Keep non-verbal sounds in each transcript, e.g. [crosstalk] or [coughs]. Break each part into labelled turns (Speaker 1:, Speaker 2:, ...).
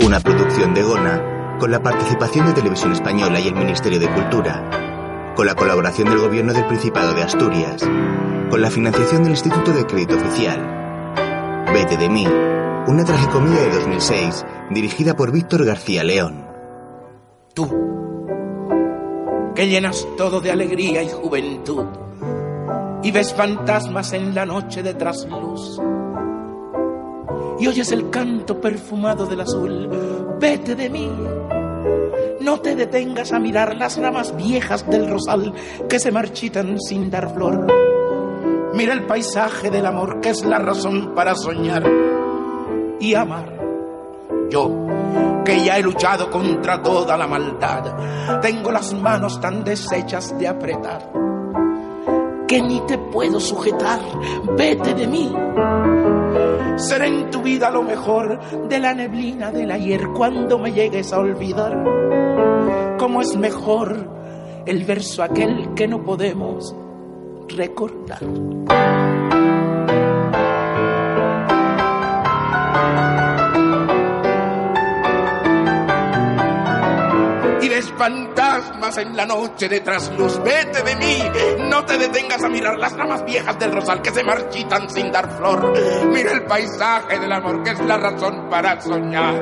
Speaker 1: una producción de Gona con la participación de Televisión Española y el Ministerio de Cultura, con la colaboración del Gobierno del Principado de Asturias, con la financiación del Instituto de Crédito Oficial. Vete de mí, una tragicomedia de 2006 dirigida por Víctor García León.
Speaker 2: Tú, que llenas todo de alegría y juventud, y ves fantasmas en la noche de trasluz, y oyes el canto perfumado del azul, vete de mí. No te detengas a mirar las ramas viejas del rosal que se marchitan sin dar flor. Mira el paisaje del amor que es la razón para soñar y amar. Yo, que ya he luchado contra toda la maldad, tengo las manos tan deshechas de apretar, que ni te puedo sujetar, vete de mí. Seré en tu vida lo mejor de la neblina del ayer cuando me llegues a olvidar. Cómo es mejor el verso aquel que no podemos recordar. y ves fantasmas en la noche de trasluz. Vete de mí, no te detengas a mirar las ramas viejas del rosal que se marchitan sin dar flor. Mira el paisaje del amor que es la razón para soñar.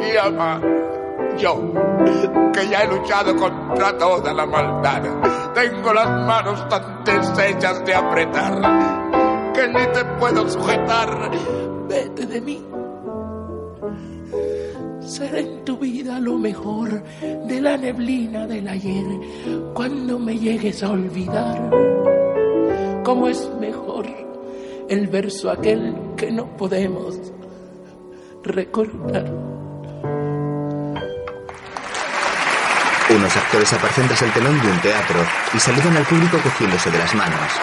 Speaker 2: Y ama, yo, que ya he luchado contra toda la maldad, tengo las manos tan deshechas de apretar que ni te puedo sujetar. Vete de mí será en tu vida lo mejor de la neblina del ayer cuando me llegues a olvidar. ¿Cómo es mejor el verso aquel que no podemos recordar?
Speaker 1: Unos actores aparecen tras el telón de un teatro y saludan al público cogiéndose de las manos.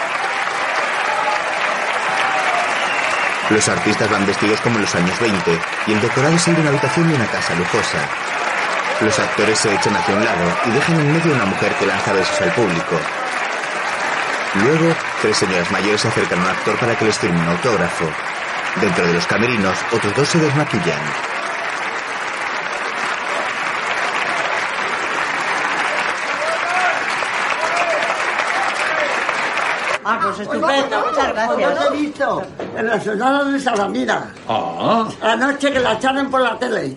Speaker 1: Los artistas van vestidos como en los años 20 y el decorado sigue una habitación de una casa lujosa. Los actores se echan hacia un lado y dejan en medio a una mujer que lanza besos al público. Luego, tres señoras mayores se acercan a un actor para que les firme un autógrafo. Dentro de los camerinos, otros dos se desmaquillan.
Speaker 3: Ah, pues estupendo, muchas gracias.
Speaker 4: Pues
Speaker 5: Yo lo he visto en las señoras de Salamina.
Speaker 6: Ah,
Speaker 5: Anoche que la echaron por la tele.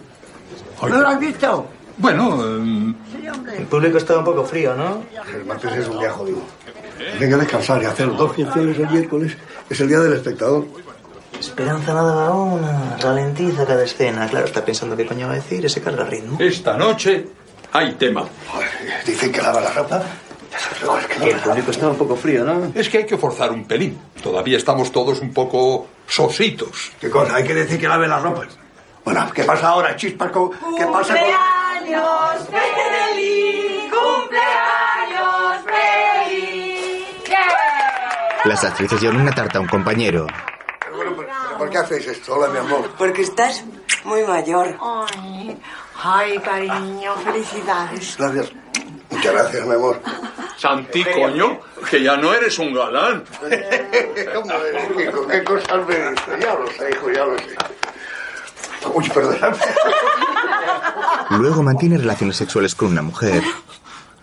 Speaker 5: ¿No lo has visto?
Speaker 6: bueno, em,
Speaker 5: Sí, hombre.
Speaker 7: El público estaba un poco frío, ¿no?
Speaker 8: El martes es un día jodido. Tienen que descansar y hacer dos funciones el miércoles. Es el día del espectador.
Speaker 7: Esperanza nada va una, ralentiza cada escena. Claro, está pensando qué coño va a decir y se carga el ritmo.
Speaker 6: esta noche hay tema.
Speaker 8: Joder, Dicen que lava la ropa. Luego es que no
Speaker 7: El
Speaker 8: la lava.
Speaker 7: público estaba un poco frío, ¿no?
Speaker 6: Es que hay que forzar un pelín. Todavía estamos todos un poco sositos.
Speaker 8: ¿Qué cosa? Hay que decir que lave las ropas. Bueno, ¿qué pasa ahora, Chispasco? ¿Qué
Speaker 9: Uh,
Speaker 8: pasa con...?
Speaker 10: ¡Cumpleaños feliz! ¡Cumpleaños feliz! ¡Yeah!
Speaker 1: Las actrices llevan una tarta a un compañero.
Speaker 8: Bueno, pues, ¿por, por qué hacéis esto? Hola, mi amor.
Speaker 9: Porque estás muy mayor.
Speaker 3: Ay, ay, cariño, felicidades.
Speaker 8: Gracias. Muchas gracias, mi amor.
Speaker 6: Santi, coño, que ya no eres un galán.
Speaker 8: ¿Cómo eres, chico? ¿Qué cosas me dices? Ya lo sé, hijo, ya lo sé. Uy, perdóname.
Speaker 1: Luego mantiene relaciones sexuales con una mujer.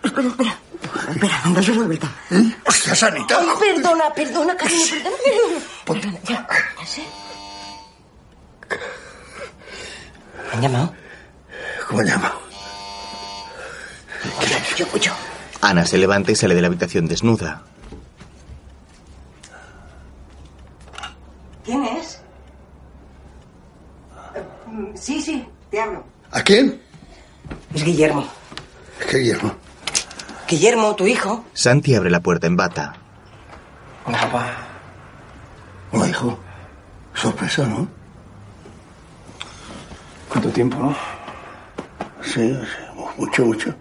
Speaker 9: Espera, venga, yo lo verdad.
Speaker 8: ¡Hostia, Sanita!
Speaker 9: Perdona, perdona, cariño, perdona, perdona. Perdona, ya, ya sé. ¿Me han llamado?
Speaker 8: ¿Cómo llama?
Speaker 9: Yo, yo.
Speaker 1: Ana se levanta y sale de la habitación desnuda.
Speaker 9: ¿Quién es? Sí, sí, te hablo.
Speaker 8: ¿A quién?
Speaker 9: Es Guillermo.
Speaker 8: ¿Qué Guillermo?
Speaker 9: Guillermo, tu hijo.
Speaker 1: Santi abre la puerta en bata.
Speaker 7: Hola, papá.
Speaker 8: Hola, hijo. Sorpresa, ¿no?
Speaker 7: ¿Cuánto tiempo, no?
Speaker 8: Sí, sí, mucho, mucho.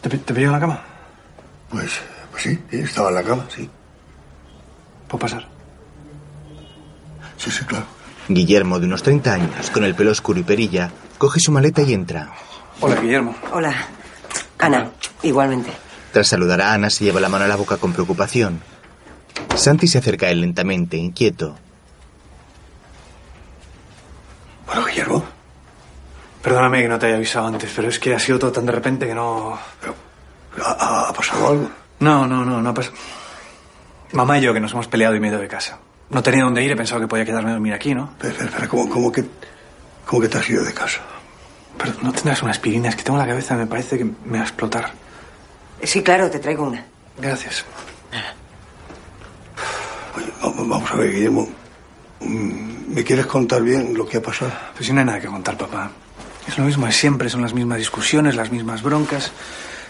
Speaker 7: ¿Te, te pillo en la cama?
Speaker 8: Pues, pues sí, sí, estaba en la cama, sí.
Speaker 7: ¿Puedo pasar?
Speaker 8: Sí, sí, claro.
Speaker 1: Guillermo, de unos 30 años, con el pelo oscuro y perilla, coge su maleta y entra.
Speaker 7: Hola, Guillermo.
Speaker 9: Hola. Ana, igualmente.
Speaker 1: Tras saludar a Ana, se lleva la mano a la boca con preocupación. Santi se acerca a él lentamente, inquieto.
Speaker 8: Bueno, Guillermo.
Speaker 11: Perdóname que no te haya avisado antes, pero es que ha sido todo tan de repente que no.
Speaker 8: ¿Ha, ha pasado algo?
Speaker 11: No, no, no, no ha pasado. Mamá y yo que nos hemos peleado y me he ido de casa. No tenía dónde ir, he pensado que podía quedarme a dormir aquí, ¿no?
Speaker 8: Espera, espera, espera, ¿cómo, cómo que, cómo que te has ido de casa?
Speaker 11: Pero no tendrás una aspirina, es que tengo la cabeza, me parece que me va a explotar.
Speaker 4: Sí, claro, te traigo una.
Speaker 11: Gracias.
Speaker 8: Oye, va- vamos a ver, Guillermo. Mm, ¿Me quieres contar bien lo que ha pasado?
Speaker 11: Pues si no hay nada que contar, papá. Es lo mismo de siempre, son las mismas discusiones, las mismas broncas.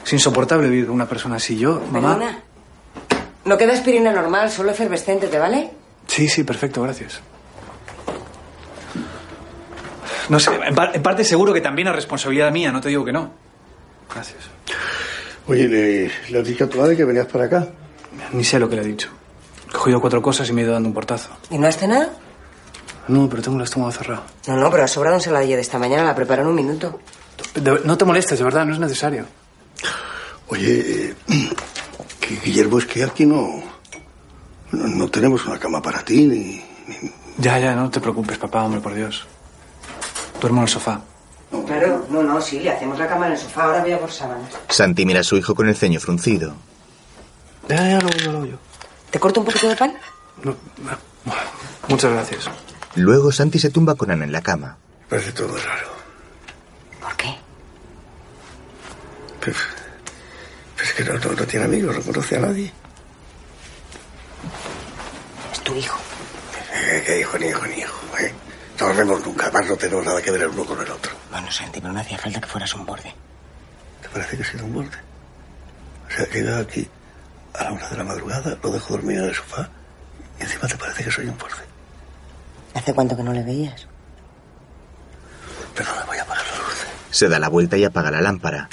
Speaker 11: Es insoportable vivir con una persona así. Yo, mamá.
Speaker 4: Perdona. No queda aspirina normal, solo efervescente, ¿te vale?
Speaker 11: Sí, sí, perfecto, gracias. No sé, en, par- en parte seguro que también es responsabilidad mía, no te digo que no. Gracias.
Speaker 8: Oye, ¿le, le has dicho a tu madre que venías para acá?
Speaker 11: Ni sé lo que le he dicho. He cogido cuatro cosas y me he ido dando un portazo.
Speaker 4: ¿Y no has cenado?
Speaker 11: No, pero tengo el estómago cerrado.
Speaker 4: No, no, pero ha sobrado un saladillo de esta mañana, la preparo en un minuto.
Speaker 11: De- no te molestes, de verdad, no es necesario.
Speaker 8: Oye, eh, que Guillermo, es que aquí no, no, no tenemos una cama para ti. Ni,
Speaker 11: Ya, ya, no te preocupes, papá, hombre, por Dios. Duermo en el sofá.
Speaker 4: Claro, no, no, sí, le hacemos la cama en el sofá, ahora voy a por sábanas.
Speaker 1: Santi mira a su hijo con el ceño fruncido.
Speaker 11: Ya, ya, lo oigo, lo oigo.
Speaker 4: ¿Te corto un poquito de pan?
Speaker 11: Muchas gracias.
Speaker 1: Luego Santi se tumba con Ana en la cama.
Speaker 8: Parece todo raro.
Speaker 4: ¿Por qué?
Speaker 8: Pero, pero es que no, no- no tiene amigos, no conoce a nadie.
Speaker 4: Es tu hijo.
Speaker 8: Eh, que hijo, ni hijo, ni hijo. eh. No nos vemos nunca, más no tenemos nada que ver el uno con el otro.
Speaker 4: Bueno, Santi, pero no hacía falta que fueras un borde.
Speaker 8: ¿Te parece que he sido un borde? O sea, que he llegado aquí a la una de la madrugada, lo dejo dormir en el sofá y encima te parece que soy un borde.
Speaker 4: ¿Hace cuánto que no le veías?
Speaker 1: Se da la vuelta y apaga la lámpara.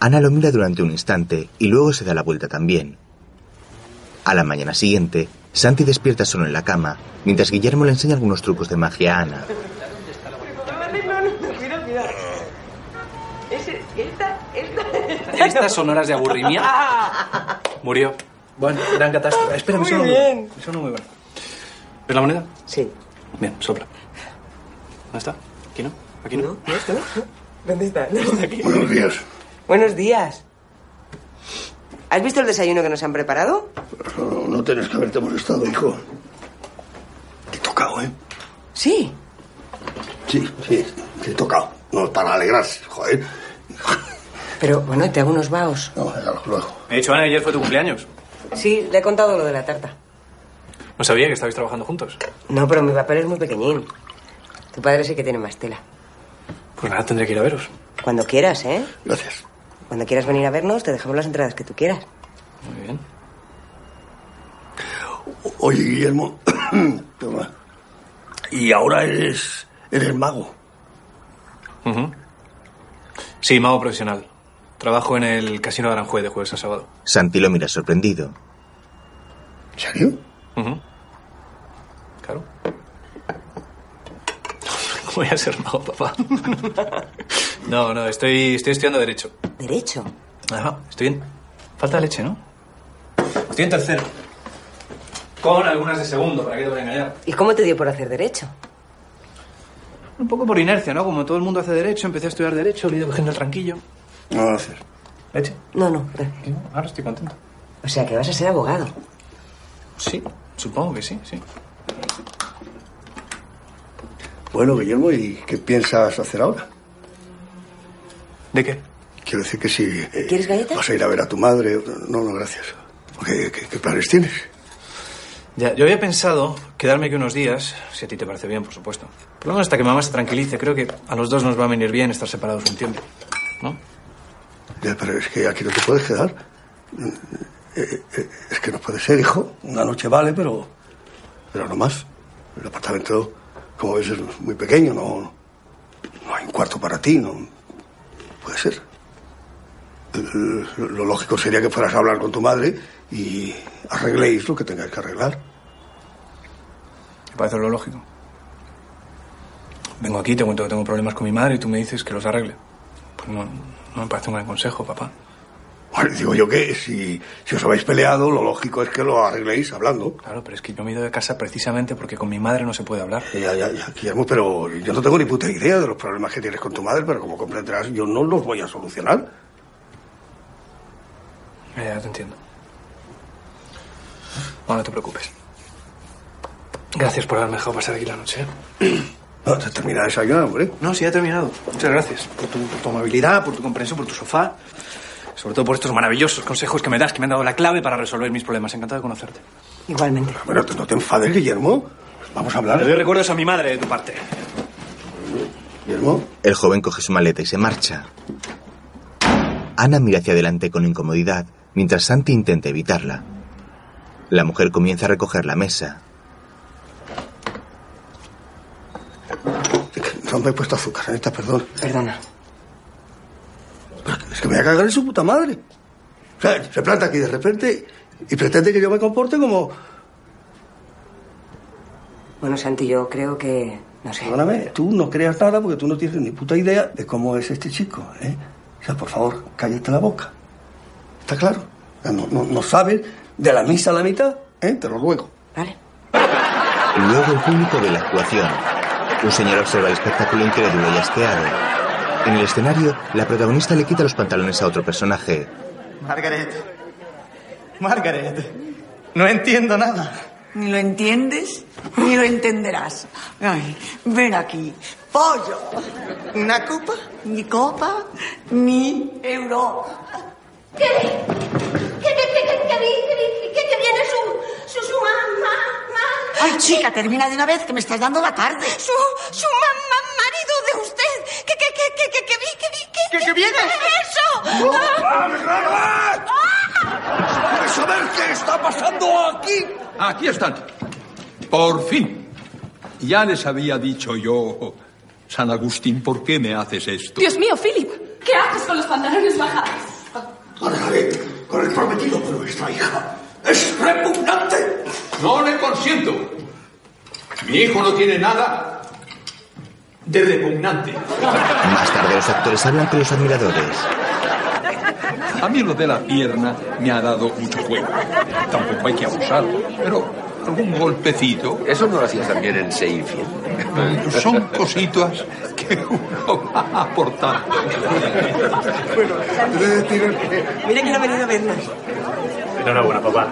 Speaker 1: Ana lo mira durante un instante y luego se da la vuelta también. A la mañana siguiente, Santi despierta solo en la cama, mientras Guillermo le enseña algunos trucos de magia a Ana.
Speaker 10: Mira, mira. Ese- Esta, esta.
Speaker 11: Estas son horas de [laughs] aburrimiento. Murió. Bueno, gran catástrofe. Espera, me
Speaker 10: Muy
Speaker 11: suena muy
Speaker 10: bien.
Speaker 11: bueno. Me suena muy bueno. ¿Ves la moneda?
Speaker 4: Sí.
Speaker 11: Bien, sopla. ¿No está? ¿Aquí no? ¿Aquí no?
Speaker 4: ¿No está? ¿Dónde está? ¿Dónde está aquí?
Speaker 8: Buenos días.
Speaker 4: Buenos días. ¿Has visto el desayuno que nos han preparado?
Speaker 8: No, no tienes que haberte molestado, hijo. Te he tocado, ¿eh?
Speaker 4: Sí.
Speaker 8: Sí, sí, te he tocado. No, para alegrarse, joder.
Speaker 4: Pero bueno, te hago unos vaos.
Speaker 8: No, ya lo dejo.
Speaker 11: Me he dicho, Ana, ayer fue tu cumpleaños.
Speaker 4: Sí, le he contado lo de la tarta.
Speaker 11: No sabía que estabais trabajando juntos.
Speaker 4: No, pero mi papel es muy pequeñín. Tu padre sí que tiene más tela.
Speaker 11: Pues nada, tendré que ir a veros.
Speaker 4: Cuando quieras, ¿eh?
Speaker 8: Gracias.
Speaker 4: Cuando quieras venir a vernos, te dejamos las entradas que tú quieras.
Speaker 11: Muy bien.
Speaker 8: Oye, Guillermo. [coughs] Toma. Y ahora eres. eres mago.
Speaker 11: Ujú. Sí, mago profesional. Trabajo en el Casino de Aranjuez de jueves a sábado.
Speaker 1: Santi lo mira sorprendido.
Speaker 8: ¿Serio?
Speaker 11: Ujú. Claro. ¿Cómo [laughs] voy a ser mago, papá? [laughs] no, no, estoy, estoy estudiando Derecho.
Speaker 4: ¿Derecho?
Speaker 11: Ajá, estoy en... Falta leche, ¿no? Estoy en tercero. Con algunas de segundo, para que te voy a engañar.
Speaker 4: ¿Y cómo te dio por hacer derecho?
Speaker 11: Un poco por inercia, ¿no? Como todo el mundo hace Derecho, empecé a estudiar Derecho, le he ido cogiendo el tranquillo.
Speaker 8: No, Ah, gracias.
Speaker 11: ¿Leche?
Speaker 4: No, no, gracias.
Speaker 11: Ahora estoy contento.
Speaker 4: O sea, que vas a ser abogado.
Speaker 11: Sí, supongo que sí, sí.
Speaker 8: Bueno, Guillermo, ¿y qué piensas hacer ahora?
Speaker 11: ¿De qué?
Speaker 8: Quiero decir que si. eh,
Speaker 4: ¿Quieres galletas?
Speaker 8: ¿Vas a ir a ver a tu madre? No, no, gracias. ¿Qué, qué- qué planes tienes?
Speaker 11: Ya, yo había pensado quedarme aquí unos días, si a ti te parece bien, por supuesto. Por lo menos hasta que mamá se tranquilice, creo que a los dos nos va a venir bien estar separados un tiempo.
Speaker 8: Ya, pero es que aquí no te puedes quedar. Eh, eh, Es que no puede ser, hijo. Una noche vale, pero. Pero no más. El apartamento, como ves, es muy pequeño. No, no hay un cuarto para ti. No puede ser. Eh, Lo lógico sería que fueras a hablar con tu madre y arregléis lo que tengáis que arreglar. [laughs]
Speaker 11: Me parece lo lógico. Vengo aquí, te cuento que tengo problemas con mi madre y tú me dices que los arregle. Pues no, no me parece un gran consejo, papá.
Speaker 8: Bueno, digo yo que si, si os habéis peleado, lo lógico es que lo arregléis hablando.
Speaker 11: Claro, pero es que yo me he ido de casa precisamente porque con mi madre no se puede hablar.
Speaker 8: Eh, Ya, ya, ya, Guillermo, pero yo no tengo ni puta idea de los problemas que tienes con tu madre, pero como comprenderás, yo no los voy a solucionar.
Speaker 11: Ya, ya te entiendo. No, no te preocupes. Gracias por haberme dejado pasar aquí la noche. ¿eh?
Speaker 8: No, te termina de desayunar, hombre.
Speaker 11: No, sí, ya he terminado. Muchas gracias por tu, por tu amabilidad, por tu comprensión, por tu sofá. Sobre todo por estos maravillosos consejos que me das, que me han dado la clave para resolver mis problemas. Encantado de conocerte.
Speaker 4: Igualmente.
Speaker 8: Bueno, no te enfades, Guillermo. Vamos a hablar.
Speaker 11: Le doy recuerdos a mi madre de tu parte.
Speaker 8: Guillermo.
Speaker 1: El joven coge su maleta y se marcha. Ana mira hacia adelante con incomodidad, mientras Santi intenta evitarla. La mujer comienza a recoger la mesa.
Speaker 8: No me he puesto azúcar, Anita, perdón.
Speaker 7: Perdona.
Speaker 8: Es que me voy a cagar en su puta madre. O sea, se planta aquí de repente y pretende que yo me comporte como.
Speaker 4: Bueno, Santi, yo creo que. No sé.
Speaker 8: Perdóname, tú no creas nada porque tú no tienes ni puta idea de cómo es este chico, ¿eh? O sea, por favor, cállate la boca. ¿Está claro? No, no, no sabes de la misa a la mitad, ¿eh? Te lo ruego.
Speaker 4: Vale.
Speaker 1: Luego el público ve la actuación. Un señor observa el espectáculo incrédulo y asqueado. En el escenario, la protagonista le quita los pantalones a otro personaje.
Speaker 7: Margaret. Margaret. No entiendo nada.
Speaker 3: Ni lo entiendes, ni lo entenderás. Ay, ven aquí. Pollo.
Speaker 7: ¿Una copa?
Speaker 3: Ni copa, ni euro.
Speaker 12: ¿Qué? ¿Qué, qué, qué, qué, qué, qué, qué, qué viene su, su, su mamá, mamá?
Speaker 3: Ay, chica, termina de una vez que me estás dando la tarde.
Speaker 12: Su, su mamá, marido de usted. ¿Qué, qué, qué, qué, qué, qué, qué, qué,
Speaker 7: qué, qué, qué viene? Oh.
Speaker 12: ¡Eso!
Speaker 6: ¡Margaret! ¿Quieres saber qué está pasando aquí? Aquí están. Por fin. Ya les había dicho yo, San Agustín, ¿por qué me haces esto?
Speaker 13: Dios mío, Philip, ¿qué haces con los pantalones bajados?
Speaker 8: Margaret, con el prometido de nuestra hija. ¡Es repugnante!
Speaker 6: No le consiento. Mi hijo no tiene nada de repugnante.
Speaker 1: Más tarde los actores hablan con los admiradores.
Speaker 6: A mí lo de la pierna me ha dado mucho juego. Tampoco hay que abusar, pero algún golpecito.
Speaker 14: Eso no lo hacías también en Seinfeld.
Speaker 6: Son cositas que uno va aportando.
Speaker 8: bueno,
Speaker 4: Mira quién ha venido a vernos.
Speaker 11: Enhorabuena, papá.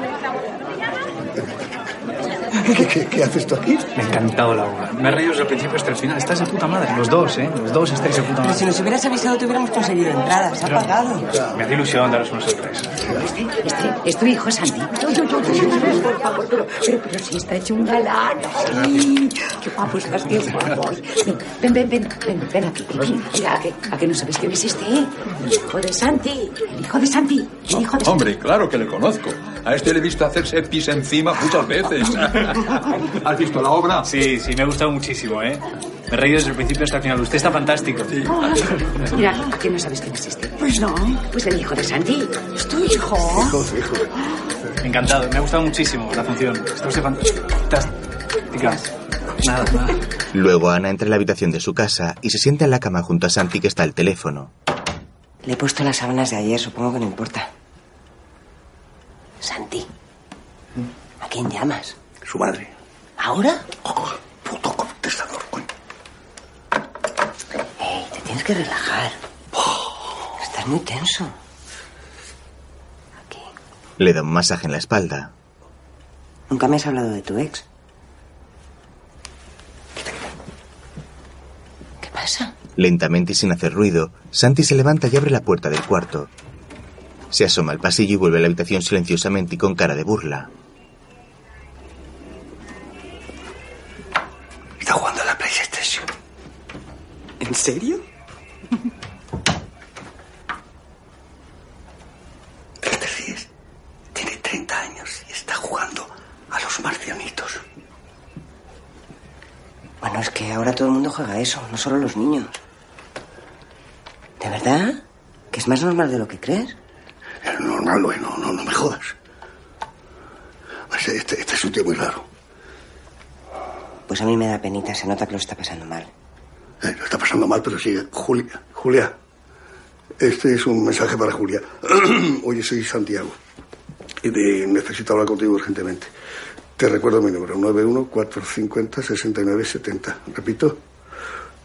Speaker 8: ¿Qué, qué, qué haces tú aquí?
Speaker 11: Me ha encantado la obra. Me he reído desde el principio hasta el final. Estás de puta madre. Los dos, ¿eh? Los dos estáis de puta
Speaker 4: Pero si
Speaker 11: madre.
Speaker 4: nos hubieras avisado, te hubiéramos conseguido entradas. Ha pagado.
Speaker 11: Me hace ilusión daros una sorpresa.
Speaker 15: Este, es tu hijo, Sandy. Yo, yo, yo, yo, yo, por favor, pero, pero, pero si está hecho un galán. Ay, qué guapo estás, tío, guapo. Ven, ven, ven, ven, ven aquí. Mira, ¿a que, a que no sabes quién es este, eh? El hijo de Santi. El hijo de Santi. El hijo de Santi.
Speaker 6: Hombre, claro que le conozco. A este le he visto hacerse pis encima muchas veces. [laughs] ¿Has visto la obra?
Speaker 11: Sí, sí, me ha gustado muchísimo, ¿eh? Me he reído desde el principio hasta el final. Usted está fantástico. Sí.
Speaker 15: Ay, Mira, ¿a que no sabes quién es este?
Speaker 3: Pues no.
Speaker 15: Pues el hijo de Santi.
Speaker 3: ¿Es tu hijo?
Speaker 8: Hijo, hijo.
Speaker 11: Encantado, me ha gustado muchísimo la función. Está usted fantástica. Nada, nada.
Speaker 1: Luego Ana entra en la habitación de su casa y se sienta en la cama junto a Santi que está al teléfono.
Speaker 4: Le he puesto las sábanas de ayer, supongo que no importa. Santi, ¿a quién llamas?
Speaker 8: Su madre.
Speaker 4: ¿Ahora?
Speaker 8: Oh, puto contestador, coño.
Speaker 4: Ey, te tienes que relajar.
Speaker 8: Oh.
Speaker 4: Estás muy tenso. Aquí.
Speaker 1: Le da un masaje en la espalda.
Speaker 4: Nunca me has hablado de tu ex. ¿Qué pasa?
Speaker 1: Lentamente y sin hacer ruido, Santi se levanta y abre la puerta del cuarto. Se asoma al pasillo y vuelve a la habitación silenciosamente y con cara de burla.
Speaker 8: Está jugando a la PlayStation.
Speaker 4: ¿En serio?
Speaker 8: ¿De qué te ríes? Tiene 30 años y está jugando a los marcianitos.
Speaker 4: Bueno, es que ahora todo el mundo juega a eso, no solo los niños. ¿De verdad? ¿Que es más normal de lo que crees?
Speaker 8: Es normal, no, no, no, no me jodas. Este, este- este es un tío muy raro.
Speaker 4: Pues a mí me da penita, se nota que lo está pasando mal.
Speaker 8: Eh, lo está pasando mal, pero sigue. Julia, Julia, Este es un mensaje para Julia. [clears throat] Oye, soy Santiago. Y de- necesito hablar contigo urgentemente. Te recuerdo mi número, 91-450-6970. Repito,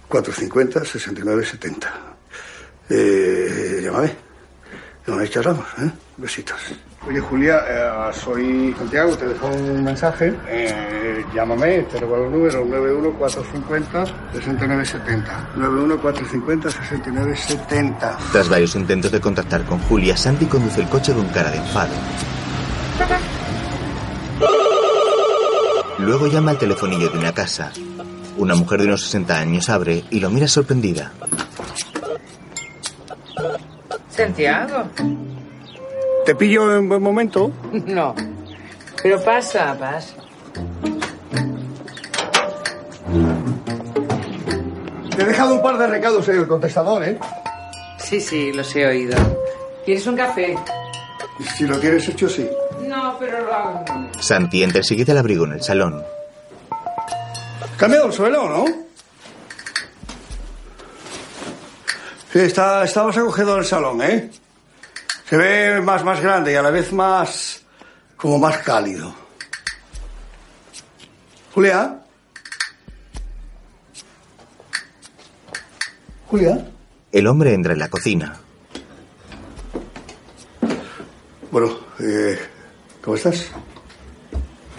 Speaker 8: 450-6970. Eh, llámame. Llámame y charlamos, ¿eh? Besitos. Oye, Julia, eh, soy Santiago, te dejo un mensaje. Eh, llámame, te recuerdo el número 91450-6970. 91450-6970.
Speaker 1: Tras varios intentos de contactar con Julia, Santi conduce el coche con cara de enfado. Luego llama al telefonillo de una casa. Una mujer de unos 60 años abre y lo mira sorprendida.
Speaker 16: Santiago.
Speaker 8: ¿Te pillo en buen momento?
Speaker 16: [laughs] No. Pero pasa, pasa.
Speaker 8: Te he dejado un par de recados en el contestador, ¿eh?
Speaker 16: Sí, sí, los he oído. ¿Quieres un café?
Speaker 8: Si lo tienes hecho, sí.
Speaker 16: No, pero lo hago.
Speaker 1: Santi entra enseguida al abrigo en el salón.
Speaker 8: Cambiado el suelo, ¿no? Sí, está, está más acogido el salón, ¿eh? Se ve más, más grande y a la vez más. como más cálido. Julia. Julia.
Speaker 1: El hombre entra en la cocina.
Speaker 8: Bueno, eh, ¿cómo estás?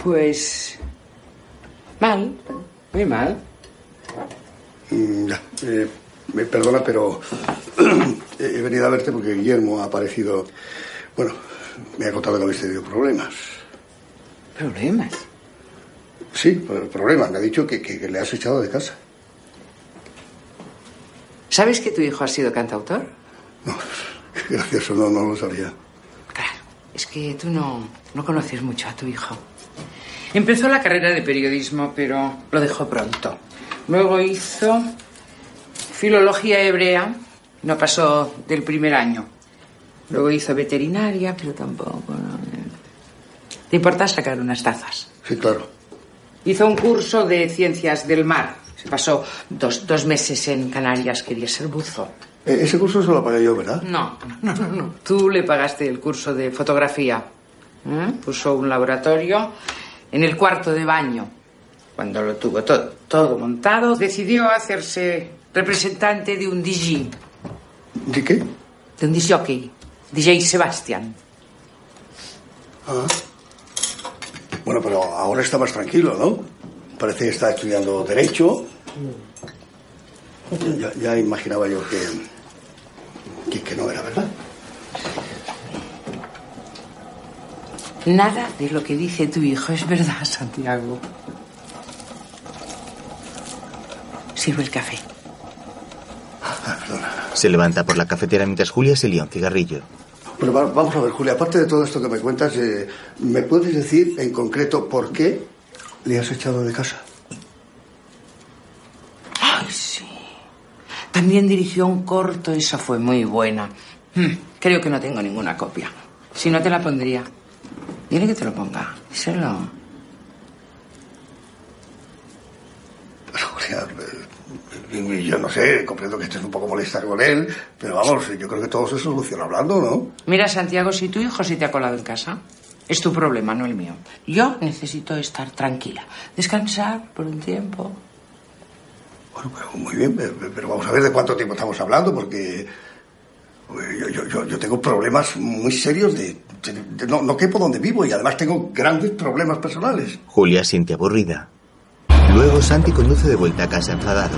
Speaker 16: Pues. Mal. Muy mal.
Speaker 8: Mm, ya, eh, me perdona, pero [clears throat] he venido a verte porque Guillermo ha aparecido. Bueno, me ha contado que habéis tenido problemas.
Speaker 16: ¿Problemas?
Speaker 8: Sí, pro- problemas. Me ha dicho que, que- que le has echado de casa. [laughs]
Speaker 16: ¿Sabes que tu hijo ha sido cantautor?
Speaker 8: Gracioso, no, no lo sabía.
Speaker 16: Es que tú no, no conoces mucho a tu hijo. Empezó la carrera de periodismo, pero lo dejó pronto. Luego hizo filología hebrea, no pasó del primer año. Luego hizo veterinaria, pero tampoco. ¿no? ¿Te importa sacar unas tazas?
Speaker 8: Sí, claro.
Speaker 16: Hizo un curso de ciencias del mar. Se pasó dos, dos meses en Canarias, quería ser buzo.
Speaker 8: Eh, ese curso se lo pagué yo, ¿verdad?
Speaker 16: No, no, no, no. Tú le pagaste el curso de fotografía. ¿eh? Puso un laboratorio en el cuarto de baño. Cuando lo tuvo todo, todo montado, decidió hacerse representante de un DJ.
Speaker 8: ¿De qué?
Speaker 16: De un disjockey. DJ Sebastián.
Speaker 8: Ah. Bueno, pero ahora está más tranquilo, ¿no? Parece que está estudiando Derecho. Ya, ya imaginaba yo que, que, que no era verdad.
Speaker 16: Nada de lo que dice tu hijo es verdad, Santiago. Sirve el café.
Speaker 1: Se levanta por la cafetera mientras Julia se lía un cigarrillo.
Speaker 8: Pero va- vamos a ver, Julia, aparte de todo esto que me cuentas, eh, ¿me puedes decir en concreto por qué le has echado de casa?
Speaker 16: Ay, sí. También dirigió un corto, esa fue muy buena. Hmm, Creo que no tengo ninguna copia. Si no, te la pondría. Dile que te lo ponga. Díselo.
Speaker 8: Julia, eh, y yo no sé, comprendo que estés un poco molesta con él, pero vamos, yo creo que todo se soluciona hablando, ¿no?
Speaker 16: Mira, Santiago, si tu hijo se te ha colado en casa, es tu problema, no el mío. Yo necesito estar tranquila, descansar por un tiempo.
Speaker 8: Muy bien, pe- pe- pero vamos a ver de cuánto tiempo estamos hablando, porque eh, yo, yo- yo- yo tengo problemas muy serios de... de- de- no, no quepo donde vivo y además tengo grandes problemas personales.
Speaker 1: Julia siente aburrida. Luego Santi conduce de vuelta a casa enfadado.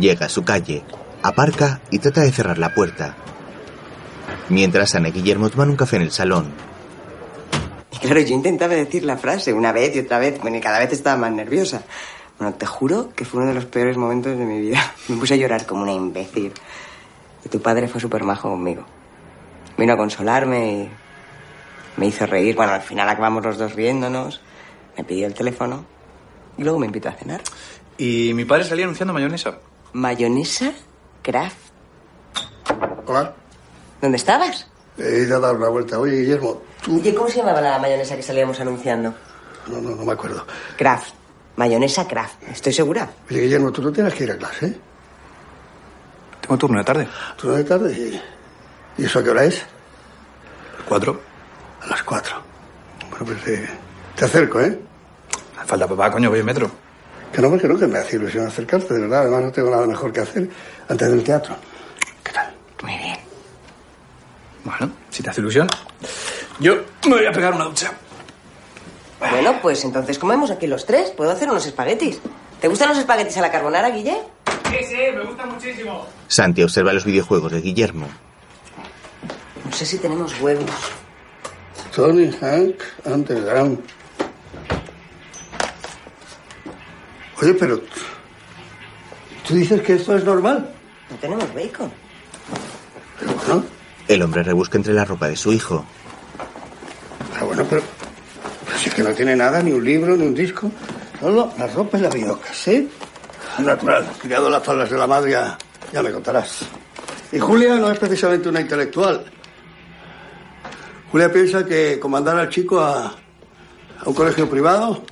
Speaker 1: Llega a su calle, aparca y trata de cerrar la puerta. Mientras Ana y Guillermo toman un café en el salón,
Speaker 4: Y claro, yo intentaba decir la frase una vez y otra vez. Bueno, y cada vez estaba más nerviosa. Bueno, te juro que fue uno de los peores momentos de mi vida. [laughs] Me puse a llorar como una imbécil. Y tu padre fue súper majo conmigo. Vino a consolarme y me hizo reír. Bueno, al final acabamos los dos riéndonos. Me pidió el teléfono y luego me invitó a cenar.
Speaker 11: Y mi padre salía anunciando mayonesa.
Speaker 4: ¿Mayonesa? ¿Kraft?
Speaker 8: Hola.
Speaker 4: ¿Dónde estabas?
Speaker 8: He ido a dar una vuelta. Oye, Guillermo,
Speaker 4: Oye, ¿cómo se llamaba la mayonesa que salíamos anunciando?
Speaker 8: no, no, no me acuerdo.
Speaker 4: Kraft. Mayonesa Kraft, estoy segura.
Speaker 8: Oye, Guillermo, tú no tienes que ir a clase. ¿eh?
Speaker 11: Tengo turno de tarde.
Speaker 8: ¿Turno de tarde? ¿Y eso a qué hora es?
Speaker 11: ¿Cuatro?
Speaker 8: A las cuatro. Bueno, pues eh, te acerco, ¿eh?
Speaker 11: Falta papá, coño, voy en metro.
Speaker 8: Que no, porque no, que me hace ilusión acercarte, de verdad. Además, no tengo nada mejor que hacer antes del teatro. ¿Qué tal?
Speaker 4: Muy bien.
Speaker 11: Bueno, si te hace ilusión. Yo me voy a pegar una ducha.
Speaker 4: Bueno, pues entonces comemos aquí los tres. Puedo hacer unos espaguetis. ¿Te gustan los espaguetis a la carbonara, Guille?
Speaker 17: Sí, sí, me gusta muchísimo.
Speaker 1: Santi observa los videojuegos de Guillermo.
Speaker 4: No sé si tenemos huevos.
Speaker 8: Tony Hank Underground. Oye, pero. ¿Tú dices que esto es normal?
Speaker 4: No tenemos bacon.
Speaker 8: Pero bueno.
Speaker 1: El hombre rebusca entre la ropa de su hijo.
Speaker 8: Ah, bueno, pero. pero si es que no tiene nada, ni un libro, ni un disco. Solo la ropa y la videocassette. ¿sí? Ah, Natural, criado las faldas de la madre, ya, ya me contarás. Y Julia no es precisamente una intelectual. Julia piensa que comandar al chico a, a un colegio privado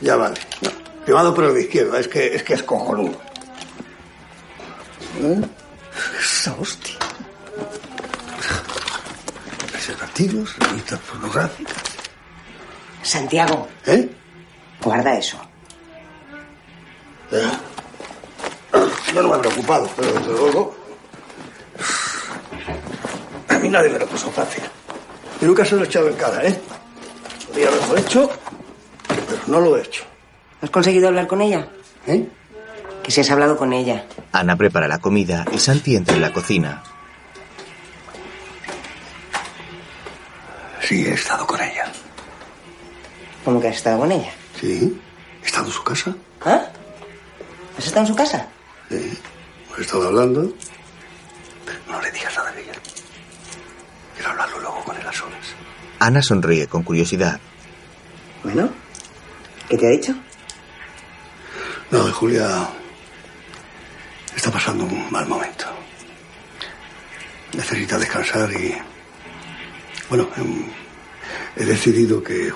Speaker 8: ya vale. No, privado pero de izquierda, es que es, que es cojonudo. ¿Eh? Esa hostia. Preservativos, revistas pornográficas.
Speaker 4: Santiago.
Speaker 8: ¿Eh?
Speaker 4: Guarda eso.
Speaker 8: ¿Eh? Yo no me he preocupado, pero desde luego. A mí nadie me lo puso fácil. Y nunca se lo he echado en cara, ¿eh? Podría haberlo hecho, pero no lo he hecho.
Speaker 4: ¿Has conseguido hablar con ella?
Speaker 8: ¿Eh?
Speaker 4: Que si has hablado con ella.
Speaker 1: Ana prepara la comida y Santi entra en la cocina.
Speaker 8: Sí, he estado con ella.
Speaker 4: ¿Cómo que has estado con ella?
Speaker 8: Sí, he estado en su casa.
Speaker 4: ¿Ah? ¿Has estado en su casa?
Speaker 8: Sí, he estado hablando. No le digas nada a ella. Quiero hablarlo luego con él a solas.
Speaker 1: Ana sonríe con curiosidad.
Speaker 4: Bueno, ¿qué te ha dicho?
Speaker 8: No, Julia está pasando un mal momento. Necesita descansar y... Bueno, em, he decidido que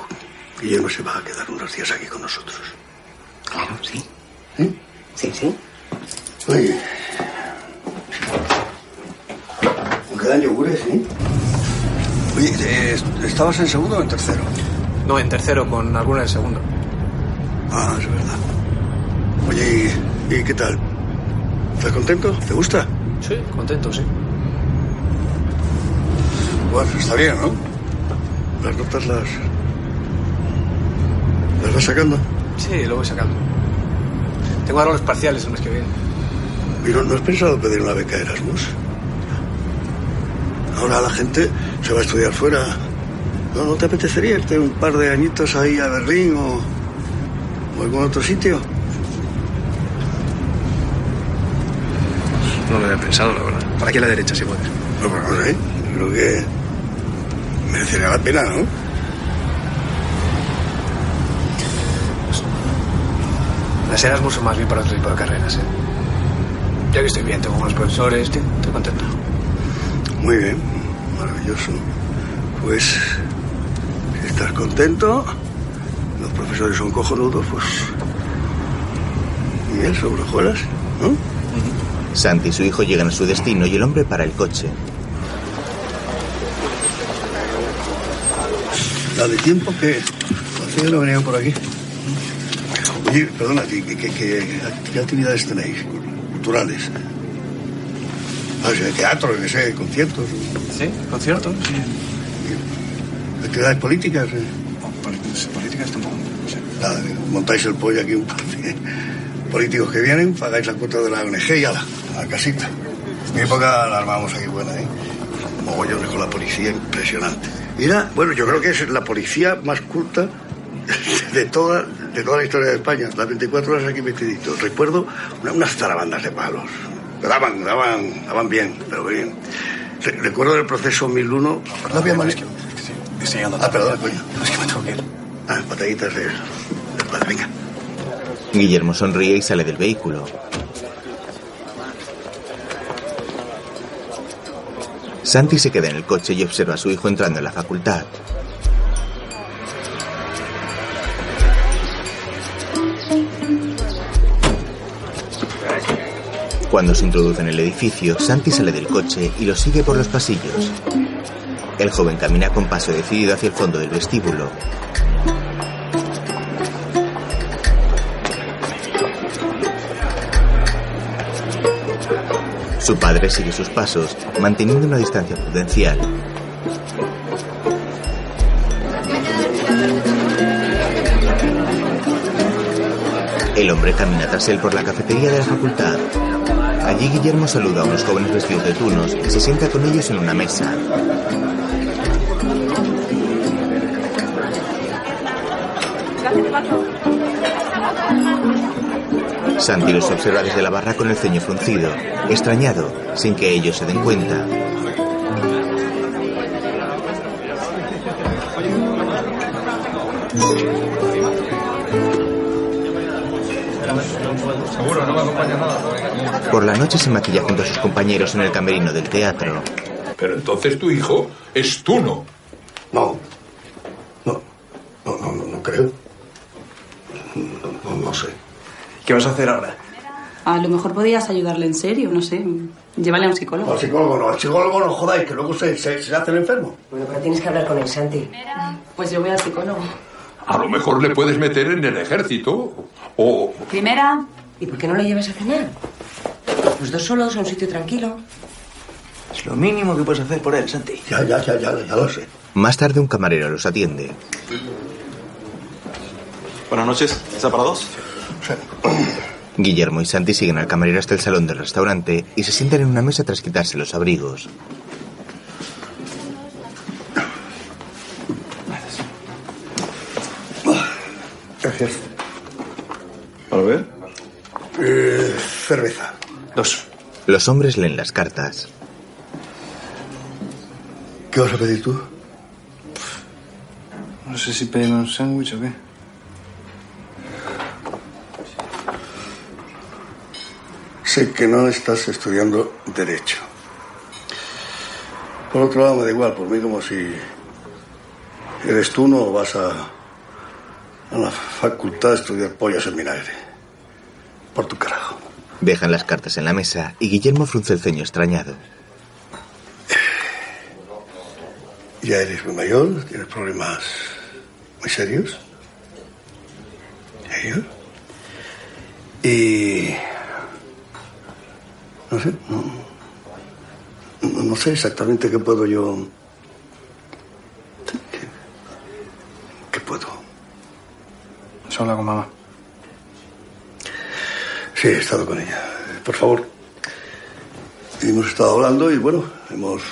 Speaker 8: Guillermo se va a quedar unos días aquí con nosotros.
Speaker 4: Claro, sí.
Speaker 8: ¿Eh?
Speaker 4: Sí, sí.
Speaker 8: Oye. Me quedan yogures, ¿eh? Oye, eh, ¿estabas en segundo o en tercero?
Speaker 11: No, en tercero, con alguna en segundo.
Speaker 8: Ah, es verdad. Oye, ¿y, qué tal? ¿Estás contento? ¿Te gusta?
Speaker 11: Sí, contento, sí.
Speaker 8: Bueno, está bien, ¿no? Las notas las. ¿Las vas sacando?
Speaker 11: Sí, lo voy sacando. Tengo ahora los parciales el mes que viene.
Speaker 8: ¿Y no, no has pensado pedir una beca Erasmus? Ahora la gente se va a estudiar fuera. ¿No, no te apetecería irte un par de añitos ahí a Berlín o, o algún otro sitio?
Speaker 11: No lo había pensado, la verdad. Para aquí a la derecha, si puedes.
Speaker 8: No, pero no sé. Creo que merecería la pena, ¿no?
Speaker 11: Las Erasmus son más bien para otro tipo de carreras, ¿eh? Ya que estoy bien, tengo buenos profesores, estoy, estoy contento.
Speaker 8: Muy bien, maravilloso. Pues, si estás contento, los profesores son cojonudos, pues. Bien, sobre hojuelas, ¿no? Uh
Speaker 1: -huh. Santi y su hijo llegan a su destino y el hombre para el coche.
Speaker 8: Dale tiempo que. Así no venía por aquí. Oye, perdona, ¿qué, qué, qué, qué actividades tenéis? Culturales. Ah, o sea, teatro, que sé, conciertos.
Speaker 11: Sí, conciertos, sí.
Speaker 8: Actividades políticas. Eh?
Speaker 11: No, políticas tampoco. No sé.
Speaker 8: Nada, montáis el pollo aquí un par de políticos que vienen, pagáis la cuota de la ONG y a la, a la casita. En mi época la armamos aquí buena, ¿eh? Mogollones con la policía, impresionante. Mira, bueno, yo creo que es la policía más culta de toda, de toda la historia de España. Las 24 horas aquí metiditos. Recuerdo una, unas tarabandas de palos. Daban, daban, daban bien, pero bien. Re recuerdo el proceso 1001. No había manera.
Speaker 11: Es que, estoy llegando
Speaker 8: Ah, perdón, coño.
Speaker 11: Es que me tengo que ir.
Speaker 8: Ah, pataditas de... Vale, venga.
Speaker 1: Guillermo sonríe y sale del vehículo. Santi se queda en el coche y observa a su hijo entrando en la facultad. Cuando se introduce en el edificio, Santi sale del coche y lo sigue por los pasillos. El joven camina con paso decidido hacia el fondo del vestíbulo. Su padre sigue sus pasos, manteniendo una distancia prudencial. El hombre camina tras él por la cafetería de la facultad. Allí Guillermo saluda a unos jóvenes vestidos de tunos y se sienta con ellos en una mesa. Santi los observa desde la barra con el ceño fruncido, extrañado, sin que ellos se den cuenta.
Speaker 6: Seguro, no me acompaña nada.
Speaker 1: Por la noche se maquilla junto a sus compañeros en el camerino del teatro.
Speaker 6: Pero entonces tu hijo es Tuno.
Speaker 8: No. No. No, no, no, no creo. No, no, no sé.
Speaker 7: ¿Qué vas a hacer ahora?
Speaker 18: A lo mejor podías ayudarle en serio, no sé. Llévale a un psicólogo.
Speaker 8: Al psicólogo no, al psicólogo no jodáis, que luego se, se, se hace el enfermo.
Speaker 9: Bueno, pero tienes que hablar con él, Santi.
Speaker 18: Pues yo voy al psicólogo.
Speaker 6: A lo mejor le puedes meter en el ejército. O.
Speaker 18: Primera.
Speaker 9: ¿Y por qué no lo llevas a cenar? Los dos solos a un sitio tranquilo.
Speaker 7: Es lo mínimo que puedes hacer por él, Santi.
Speaker 8: Ya, ya, ya, ya, ya lo sé.
Speaker 1: Más tarde un camarero los atiende.
Speaker 19: Buenas noches. ¿Está para dos?
Speaker 1: [clears throat] Guillermo y Santi siguen al camarero hasta el salón del restaurante y se sientan en una mesa tras quitarse los abrigos.
Speaker 8: Gracias.
Speaker 19: ¿Para ver?
Speaker 8: Eh, cerveza.
Speaker 19: Dos.
Speaker 1: Los hombres leen las cartas.
Speaker 8: ¿Qué vas a pedir tú?
Speaker 11: No sé si pedirme un sándwich o qué.
Speaker 8: Sé que no estás estudiando Derecho. Por otro lado, me da igual, por mí como si eres tú no vas a, a la facultad a estudiar pollas en vinagre. Por tu carajo.
Speaker 1: Dejan las cartas en la mesa y Guillermo frunce el ceño extrañado.
Speaker 8: Ya eres muy mayor, tienes problemas muy serios. ¿Serios? Y... No sé, no, no sé exactamente qué puedo yo. ¿Qué, qué puedo?
Speaker 11: Has hablado con mamá.
Speaker 8: Sí, he estado con ella. Por favor. Hemos estado hablando y bueno, hemos,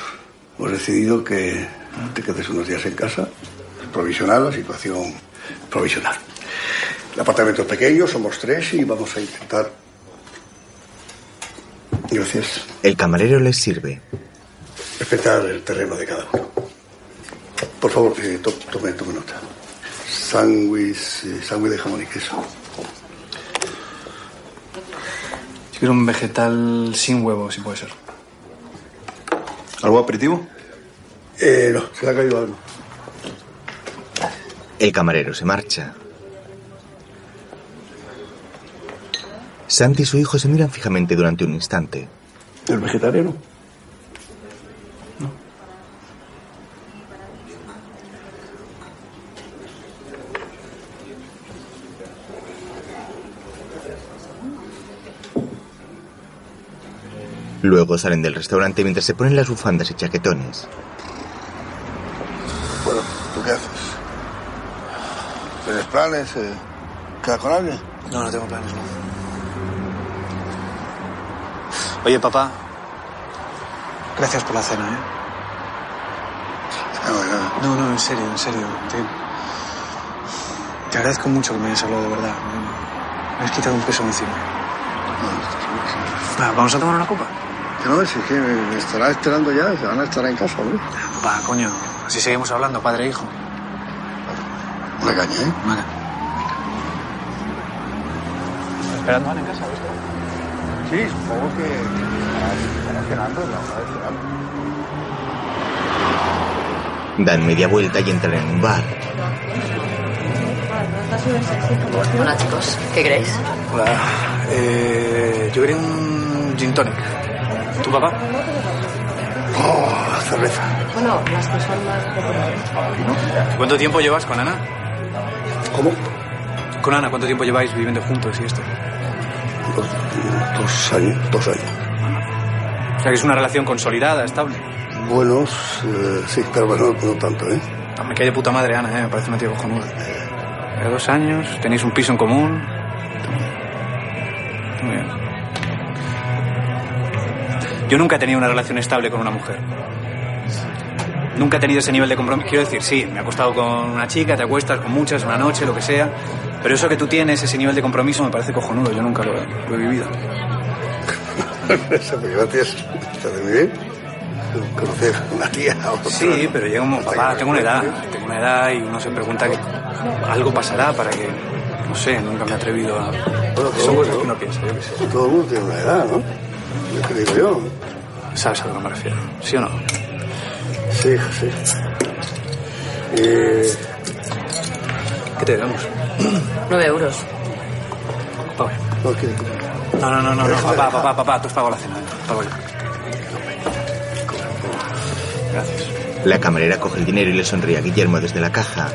Speaker 8: hemos decidido que te quedes unos días en casa. Provisional, la situación provisional. El apartamento es pequeño, somos tres y vamos a intentar Gracias.
Speaker 1: El camarero les sirve.
Speaker 8: Respetar el terreno de cada uno. Por favor, eh, to tome, tome, nota. Sándwich, eh, sándwich de jamón y queso.
Speaker 11: Yo quiero un vegetal sin huevo, si puede ser.
Speaker 19: ¿Algo aperitivo?
Speaker 8: Eh, no, se le ha caído algo.
Speaker 1: El camarero se marcha. Santi y su hijo se miran fijamente durante un instante.
Speaker 8: ¿El vegetariano?
Speaker 11: No.
Speaker 1: Luego salen del restaurante mientras se ponen las bufandas y chaquetones.
Speaker 8: Bueno, ¿tú qué haces? ¿Tienes planes? Eh? ¿Quedas con alguien?
Speaker 7: No, no tengo planes. No.
Speaker 19: Oye, papá.
Speaker 7: Gracias por la cena, ¿eh?
Speaker 8: No, nada.
Speaker 7: No, no, en serio, en serio. Te, te agradezco mucho que me hayas hablado de verdad. ¿eh? Me, me has quitado un peso encima. Va, ¿Vamos a tomar una copa?
Speaker 8: No, si es que me, me estará esperando ya, se van a estar en casa, ¿no?
Speaker 7: Va, coño, así seguimos hablando, padre e hijo.
Speaker 8: Una caña, ¿eh?
Speaker 7: Una caña.
Speaker 11: Esperando van en casa, ¿viste?
Speaker 8: Sí, supongo que estará cenando, ¿no?
Speaker 1: Dan media vuelta y entran en un bar.
Speaker 9: Hola chicos, ¿qué queréis?
Speaker 7: Hola, eh, yo quería un
Speaker 11: un gin tonic. ¿Tu papá?
Speaker 8: Oh, cerveza.
Speaker 9: Bueno, las que son más populares.
Speaker 11: ¿Cuánto tiempo llevas con Ana?
Speaker 8: ¿Cómo?
Speaker 11: Con Ana, ¿cuánto tiempo lleváis viviendo juntos y esto?
Speaker 8: Dos, dos años, dos años.
Speaker 11: O sea, que es una relación consolidada, estable.
Speaker 8: Buenos, eh, sí, pero bueno, no tanto, ¿eh? [laughs]
Speaker 11: Ah, Me cae de puta madre Ana, ¿eh? me parece una tía cojonuda. Ya dos años, tenéis un piso en común. Muy bien. Yo nunca he tenido una relación estable con una mujer. Nunca he tenido ese nivel de compromiso. Quiero decir, sí, me he acostado con una chica, te acuestas con muchas, una noche, lo que sea. Pero eso que tú tienes, ese nivel de compromiso, me parece cojonudo. Yo nunca lo he, lo he vivido.
Speaker 8: Eso, pues, gracias. Está de muy bien. ¿eh? Conocer una tía o otra. ¿eh?
Speaker 11: Sí, pero llega un papá, tengo una edad, tengo una edad y uno se pregunta que algo pasará para que, no sé, nunca me he atrevido a... Son cosas que uno piensa, yo qué sé.
Speaker 8: Todo el mundo tiene una edad, ¿no? Yo que digo yo.
Speaker 11: ¿Sabes a lo que me refiero? ¿Sí o no?
Speaker 8: Sí, sí. Eh,
Speaker 11: ¿Qué te damos?
Speaker 9: Nueve euros.
Speaker 11: Pago
Speaker 8: no, ¿qué?
Speaker 11: yo. No, no, no, no, no, papá, papá, papá, tú has pagado la cena. Pago yo. Gracias.
Speaker 1: La camarera coge el dinero y le sonríe a Guillermo desde la caja.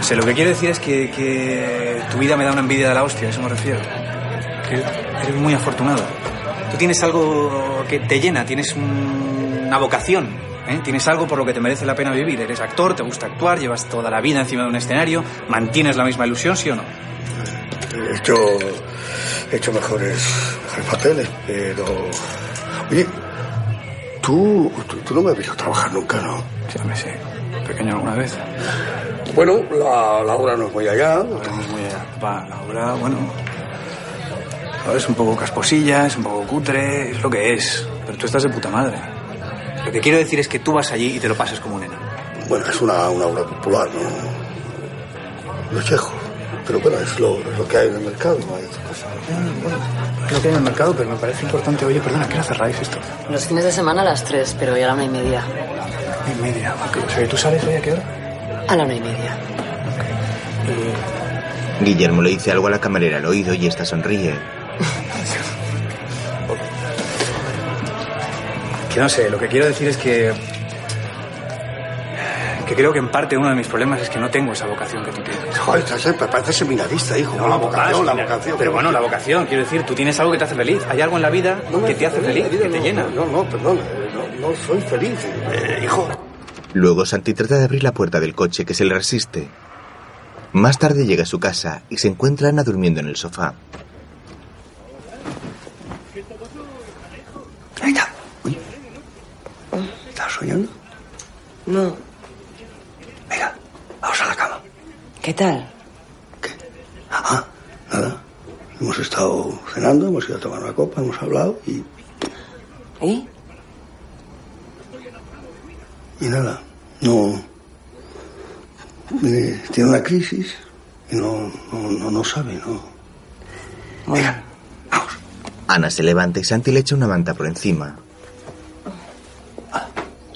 Speaker 11: O sea, lo que quiero decir es que, que tu vida me da una envidia de la hostia, a eso me refiero. Que eres muy afortunado. Tú tienes algo que te llena, tienes un- una vocación, ¿eh? tienes algo por lo que te merece la pena vivir. Eres actor, te gusta actuar, llevas toda la vida encima de un escenario, mantienes la misma ilusión, ¿sí o no?
Speaker 8: He hecho, he hecho mejores, mejores papeles, pero... Oye, tú, tú, tú no me has visto trabajar nunca, ¿no?
Speaker 11: Ya me sé. Pequeño alguna vez.
Speaker 8: Bueno, la, la obra no es muy allá.
Speaker 11: Estamos muy allá. Papá, la obra, bueno. a ver, Es un poco casposilla, es un poco cutre, es lo que es. Pero tú estás de puta madre. Lo que quiero decir es que tú vas allí y te lo pasas como un enano.
Speaker 8: Bueno, es una, una obra popular, ¿no? Lo chejo. Pero bueno, es lo, es lo que hay en el mercado, no hay otra cosa.
Speaker 11: Lo que hay en el mercado, pero me parece importante. Oye, perdona, ¿qué hora cerráis esto?
Speaker 9: Los fines de semana a las tres, pero ya a la una y media.
Speaker 11: Y media. O sea, ¿tú sabes hoy a qué hora?
Speaker 9: A la una y media.
Speaker 1: Guillermo le dice algo a la camarera al oído y esta sonríe.
Speaker 11: Que no sé, lo que quiero decir es que. que creo que en parte uno de mis problemas es que no tengo esa vocación que tú tienes.
Speaker 8: Joder, estás, eh, pareces seminarista, hijo.
Speaker 11: No,
Speaker 8: la
Speaker 11: papá,
Speaker 8: vocación, la
Speaker 11: mira,
Speaker 8: vocación.
Speaker 11: Pero bueno, la vocación, quiero decir, tú tienes algo que te hace feliz. Hay algo en la vida que te hace feliz, que te llena.
Speaker 8: No, no, perdón, eh, no, no soy feliz, eh, hijo.
Speaker 1: Luego Santi trata de abrir la puerta del coche que se le resiste. Más tarde llega a su casa y se encuentra a Ana durmiendo en el sofá.
Speaker 8: Ahí está. Uy. ¿Estás soñando?
Speaker 9: No.
Speaker 8: Venga, vamos a la cama.
Speaker 9: ¿Qué tal?
Speaker 8: Ah, nada. Hemos estado cenando, hemos ido a tomar una copa, hemos hablado y...
Speaker 9: ¿Y?
Speaker 8: Y nada. No... eh, tiene una crisis y no, no, no, no sabe, ¿no?
Speaker 1: Ana se levanta y Santi le echa una manta por encima.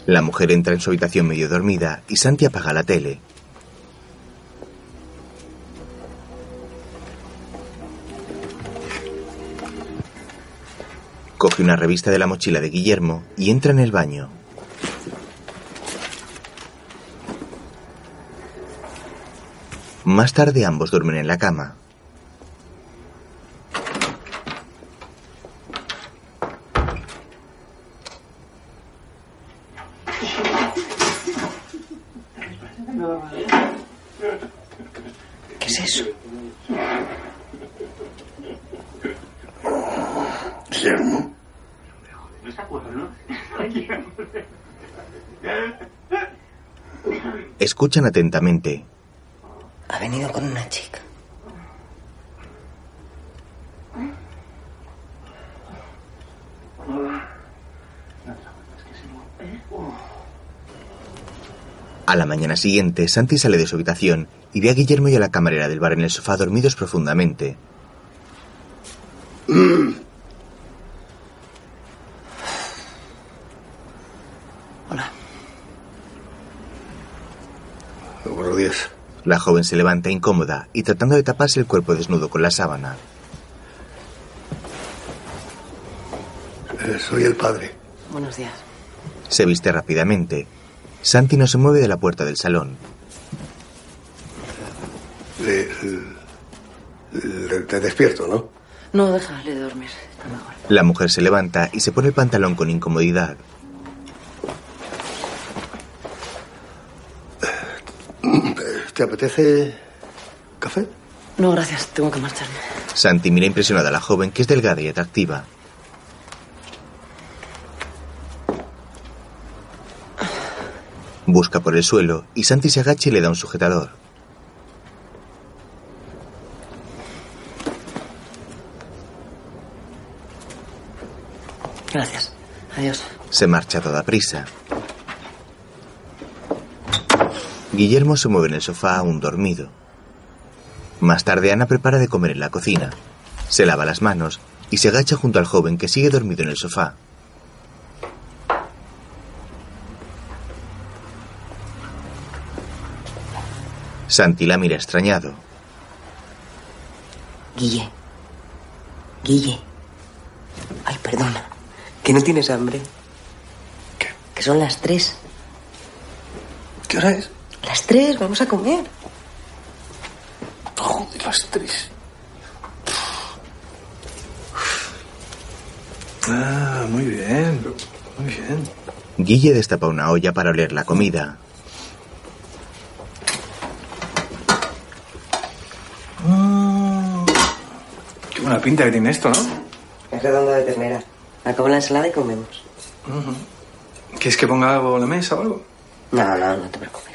Speaker 1: La mujer entra en su habitación medio dormida y Santi apaga la tele. Coge una revista de la mochila de Guillermo y entra en el baño. Más tarde ambos duermen en la cama.
Speaker 9: ¿Qué es eso?
Speaker 8: Guillermo.
Speaker 1: Escuchan atentamente.
Speaker 9: Ha venido con una chica.
Speaker 1: A la mañana siguiente, Santi sale de su habitación y ve a Guillermo y a la camarera del bar en el sofá dormidos profundamente.
Speaker 8: Buenos días.
Speaker 1: La joven se levanta incómoda y tratando de taparse el cuerpo desnudo con la sábana.
Speaker 8: Eh, soy el padre.
Speaker 4: Buenos días.
Speaker 1: Se viste rápidamente. Santi no se mueve de la puerta del salón.
Speaker 8: Le, le- te despierto, ¿no?
Speaker 9: No, déjale dormir.
Speaker 1: La mujer se levanta y se pone el pantalón con incomodidad.
Speaker 8: ¿Te apetece café?
Speaker 9: No, gracias, tengo que marcharme.
Speaker 1: Santi mira impresionada a la joven, que es delgada y atractiva. Busca por el suelo y Santi se agacha y le da un sujetador.
Speaker 9: Gracias. Adiós.
Speaker 1: Se marcha a toda prisa. Guillermo se mueve en el sofá aún dormido. Más tarde Ana prepara de comer en la cocina. Se lava las manos y se agacha junto al joven que sigue dormido en el sofá. Santi la mira extrañado.
Speaker 4: Guille. Guille. Ay, perdona. ¿Que no tienes hambre? Que son las tres.
Speaker 8: ¿Qué hora es?
Speaker 4: Las tres, vamos a comer.
Speaker 8: Joder, las tres.
Speaker 7: Ah, muy bien. Muy bien.
Speaker 1: Guille destapa una olla para oler la comida.
Speaker 11: Qué buena pinta que tiene esto, ¿no?
Speaker 4: Es redonda de ternera. Acabo la ensalada y comemos.
Speaker 11: ¿Quieres que ponga algo en la mesa o algo?
Speaker 4: No, no, no te preocupes.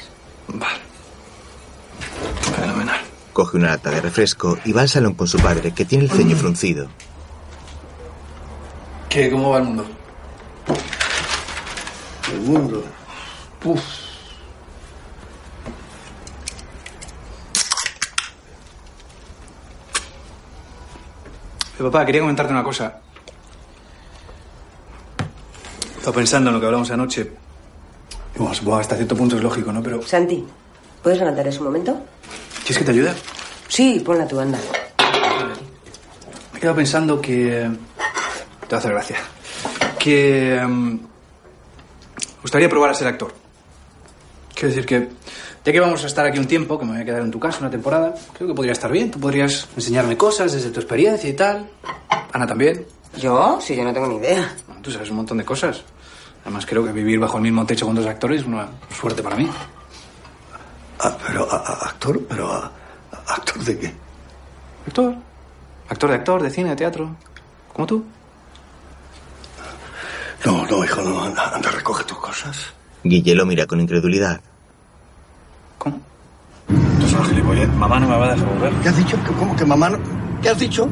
Speaker 1: Coge una lata de refresco y va al salón con su padre, que tiene el ceño fruncido.
Speaker 7: ¿Qué, ¿Cómo va el mundo?
Speaker 8: El mundo. Uf.
Speaker 11: Eh, papá, quería comentarte una cosa. Estaba pensando en lo que hablamos anoche. Y Bueno, supongo que hasta cierto punto es lógico, ¿no? Pero
Speaker 4: Santi, ¿puedes levantar eso un momento?
Speaker 11: ¿quieres que te ayude?
Speaker 4: Sí, ponla tú, anda.
Speaker 11: Me he quedado pensando que... Te va a hacer gracia. Que... mm, gustaría probar a ser actor. Quiero decir que... Ya que vamos a estar aquí un tiempo, que me voy a quedar en tu casa una temporada, creo que podría estar bien. Tú podrías enseñarme cosas desde tu experiencia y tal. Ana también.
Speaker 4: ¿Yo? Sí, yo no tengo ni idea.
Speaker 11: Tú sabes un montón de cosas. Además, creo que vivir bajo el mismo techo con dos actores es una suerte para mí.
Speaker 8: Ah, Pero, a- a- ¿actor? ¿Pero a- a- actor de qué?
Speaker 11: Actor. Actor de actor, de cine, de teatro. Como tú.
Speaker 8: No, no, hijo, no. Anda, anda, recoge tus cosas.
Speaker 1: Guille lo mira con incredulidad.
Speaker 11: Tú solo gilipollas. Mamá no me va a dejar volver.
Speaker 8: ¿Qué has dicho? ¿Que- ¿Cómo que mamá no...? ¿Qué has dicho?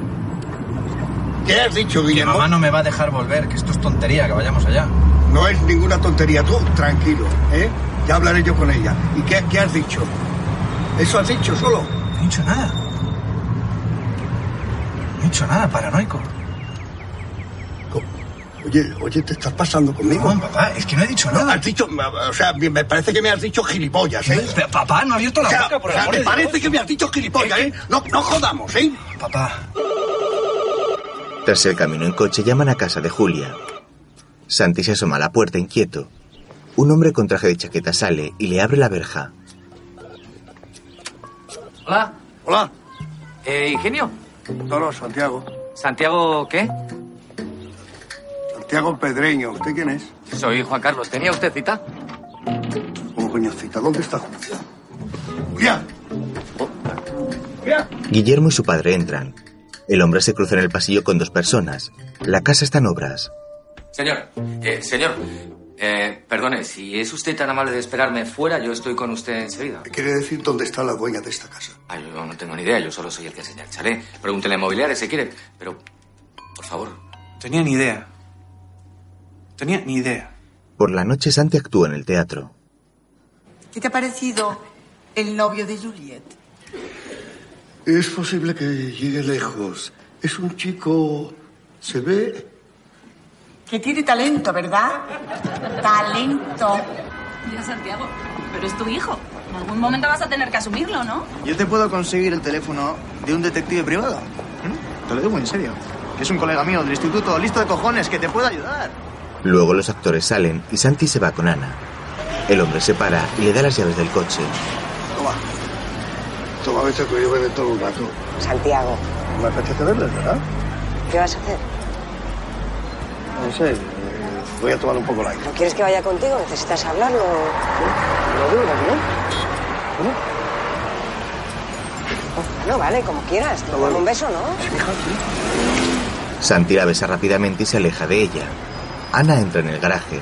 Speaker 8: ¿Qué has dicho, Guillermo?
Speaker 11: mamá no me va a dejar volver, que esto es tontería, que vayamos allá.
Speaker 8: No es ninguna tontería. Tú, tranquilo, ¿eh? Ya hablaré yo con ella. ¿Y qué, qué has dicho? ¿Eso has dicho solo?
Speaker 11: No he dicho nada. No he dicho nada, paranoico.
Speaker 8: Oye, oye, te estás pasando conmigo.
Speaker 11: No, papá, es que no he dicho
Speaker 8: nada. has dicho, o sea, me parece que me has dicho gilipollas, ¿eh?
Speaker 11: papá, no ha abierto la
Speaker 8: O sea,
Speaker 11: boca, por
Speaker 8: o sea,
Speaker 11: amor
Speaker 8: me
Speaker 11: de
Speaker 8: parece que me has dicho gilipollas, ¿eh? No, no jodamos, ¿eh?
Speaker 11: Papá.
Speaker 1: Tras el camino en coche, llaman a casa de Julia. Santi se asoma a la puerta inquieto. Un hombre con traje de chaqueta sale y le abre la verja.
Speaker 20: Hola.
Speaker 8: Hola.
Speaker 20: Eh, Ingenio.
Speaker 8: No, no, Santiago.
Speaker 20: ¿Santiago qué?
Speaker 8: Santiago Pedreño, ¿usted quién es?
Speaker 20: Soy Juan Carlos. ¿Tenía usted cita?
Speaker 8: ¿Cómo coño cita? Oh, ¿Dónde está Julia? ¡Julia! ¡Julia!
Speaker 1: Guillermo y su padre entran. El hombre se cruza en el pasillo con dos personas. La casa está en obras.
Speaker 20: Señor, eh, señor. eh, perdone, si es usted tan amable de esperarme fuera, yo estoy con usted enseguida.
Speaker 8: Quiere decir dónde está la dueña de esta casa.
Speaker 20: Ah, yo no tengo ni idea, yo solo soy el que se engancharé. Pregúntele a inmobiliaria si quiere, pero, por favor.
Speaker 11: Tenía ni idea. Tenía ni idea.
Speaker 1: Por la noche, Santi actúa en el teatro.
Speaker 3: ¿Qué te ha parecido el novio de Juliet?
Speaker 8: Es posible que llegue lejos. Es un chico... Se ve...
Speaker 3: Que tiene talento, ¿verdad? Talento.
Speaker 13: Mira, Santiago, pero es tu hijo. En algún momento vas a tener que asumirlo, ¿no?
Speaker 21: Yo te puedo conseguir el teléfono de un detective privado. ¿eh? Te lo digo en serio. Es un colega mío del instituto, listo de cojones, que te puede ayudar.
Speaker 1: Luego los actores salen y Santi se va con Ana. El hombre se para y le da las llaves del coche.
Speaker 8: Toma. Toma esto que yo veré todo un rato.
Speaker 4: Santiago,
Speaker 8: Me apetece verlas, ¿verdad?
Speaker 4: ¿qué vas a hacer?
Speaker 8: No sé. eh, Voy a tomar un poco el aire.
Speaker 4: ¿No quieres que vaya contigo? ¿Necesitas hablarlo? Lo dudo, ¿no? No, vale, como
Speaker 22: Ah,
Speaker 4: quieras. Te damos un beso, ¿no?
Speaker 1: Santi la besa rápidamente y se aleja de ella. Ana entra en el garaje.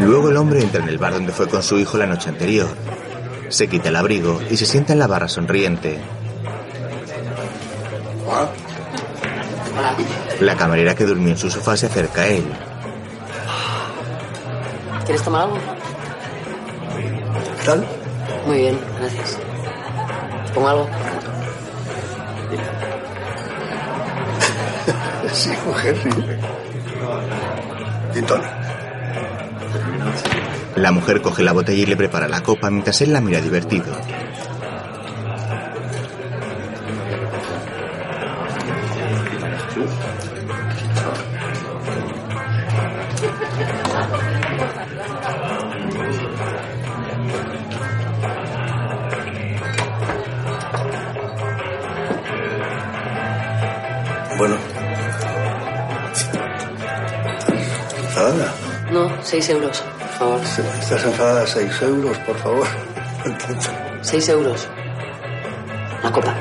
Speaker 1: Luego el hombre entra en el bar donde fue con su hijo la noche anterior. Se quita el abrigo y se sienta en la barra sonriente. La camarera que durmió en su sofá se acerca a él.
Speaker 22: ¿Quieres tomar algo?
Speaker 8: ¿Qué tal?
Speaker 22: Muy bien, gracias. ¿Pongo algo?
Speaker 8: Sí, mujer. Tintona.
Speaker 1: La mujer coge la botella y le prepara la copa mientras él la mira divertido.
Speaker 8: Bueno. ¿Enfadada?
Speaker 22: No, seis euros, por favor.
Speaker 8: Estás enfadada, 6 euros, por favor. [laughs]
Speaker 22: Seis euros. La copa.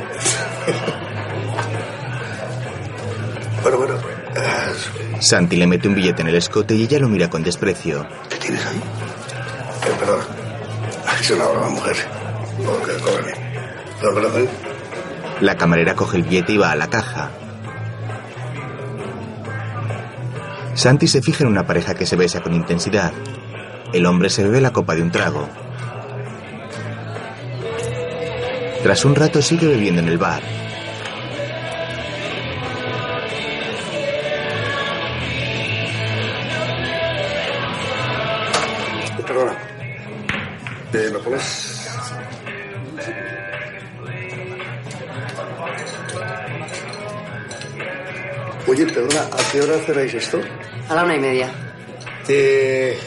Speaker 8: Bueno, bueno.
Speaker 1: Santi le mete un billete en el escote y ella lo mira con desprecio.
Speaker 8: ¿Qué tienes ahí? Eh, perdón. Ah, Es una broma, mujer. Porque, cóbrame. Pero, perdón, ¿eh?
Speaker 1: La camarera coge el billete y va a la caja. Santi se fija en una pareja que se besa con intensidad. El hombre se bebe la copa de un trago. Tras un rato sigue bebiendo en el bar.
Speaker 8: perdona. ¿Te lo pones? Oye, perdona, ¿a qué hora cerráis esto?
Speaker 22: A la una y media.
Speaker 8: Eh...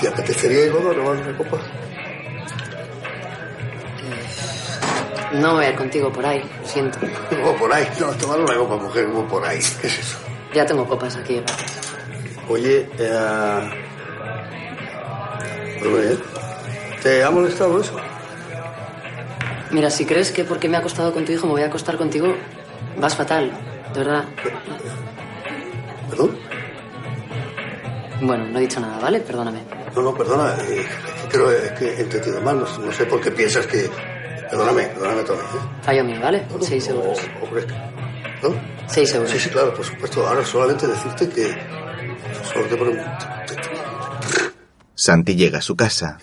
Speaker 8: ¿Te apetecería ir luego a robar una copa?
Speaker 22: No voy a ir contigo por ahí, lo siento.
Speaker 8: No, por ahí. No, tomar una copa, mujer, como por ahí. ¿Qué es eso?
Speaker 22: Ya tengo copas aquí. aparte.
Speaker 8: Oye, eh... Rubén, ¿te ha molestado eso?
Speaker 22: Mira, si crees que porque me ha acostado con tu hijo me voy a acostar contigo, vas fatal, de verdad.
Speaker 8: ¿Perdón?
Speaker 22: Bueno, no he dicho nada, ¿vale? Perdóname.
Speaker 8: No, no, perdona. eh, creo eh, que he entendido mal. No, no sé por qué piensas que... Perdóname, perdóname todo. ¿eh?
Speaker 22: Fallo mío, ¿vale? Seis euros.
Speaker 8: Hombre,
Speaker 22: Seis euros.
Speaker 8: Sí, sí, claro, por supuesto. Ahora solamente decirte que... Solo te pregunto.
Speaker 1: Santi llega a su casa.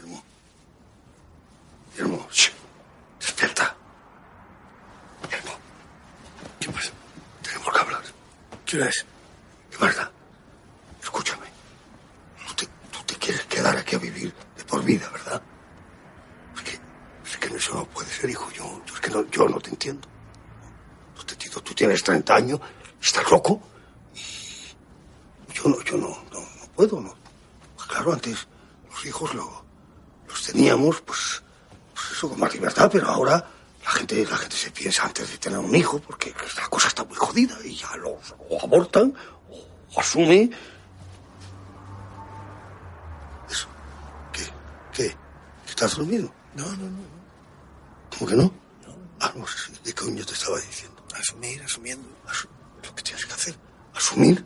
Speaker 8: Guillermo, shh, despierta. Guillermo, ¿qué pasa? Tenemos que hablar. ¿Quién es? ¿Qué más da? Escúchame. Tú te, tú te quieres quedar aquí a vivir de por vida, ¿verdad? Es que, es que eso no puede ser, hijo. Yo, yo es que no, yo no te entiendo. No te entiendo. Tú tienes 30 años, estás loco. Y yo no, yo no, no, no puedo, no. Pues claro, antes los hijos lo- los teníamos, pues pues eso, con más libertad, pero ahora la gente, la gente se piensa antes de tener un hijo porque la cosa está muy jodida y ya lo o abortan o, o asume. Eso. ¿Qué? ¿Qué? ¿Estás dormido? No, no, no. ¿Cómo que no? Ah, no sé qué coño te estaba diciendo. Asumir, asumiendo. lo que tienes que hacer. ¿Asumir?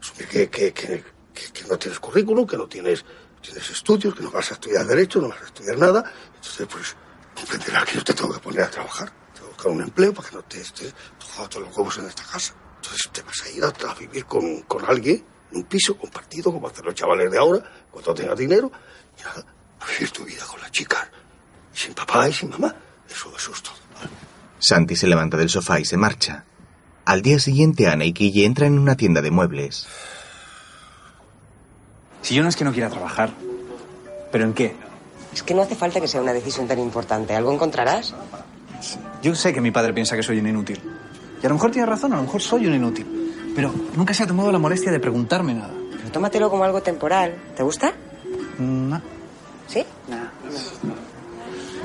Speaker 8: Asumir que, que, que, que- que no tienes currículum, que no tienes, tienes estudios, que no vas a estudiar derecho, no vas a estudiar nada. Entonces, pues, comprenderás que yo te tengo que poner a trabajar. Te voy a buscar un empleo para que no te estés tocando todos los huevos en esta casa. Entonces te vas a ir a, a vivir con, con alguien en un piso compartido, como hacen los chavales de ahora, cuando tengas dinero, y nada, a vivir tu vida con la chica, sin papá y sin mamá. Eso, eso es todo.
Speaker 1: Santi se levanta del sofá y se marcha. Al día siguiente, Ana y Kille entran en una tienda de muebles.
Speaker 11: Si yo no es que no quiera trabajar, ¿pero en qué?
Speaker 4: Es que no hace falta que sea una decisión tan importante. ¿Algo encontrarás?
Speaker 11: Yo sé que mi padre piensa que soy un inútil. Y a lo mejor tiene razón, a lo mejor soy un inútil. Pero nunca se ha tomado la molestia de preguntarme nada.
Speaker 4: Pero tómatelo como algo temporal. ¿Te gusta?
Speaker 11: No.
Speaker 4: ¿Sí?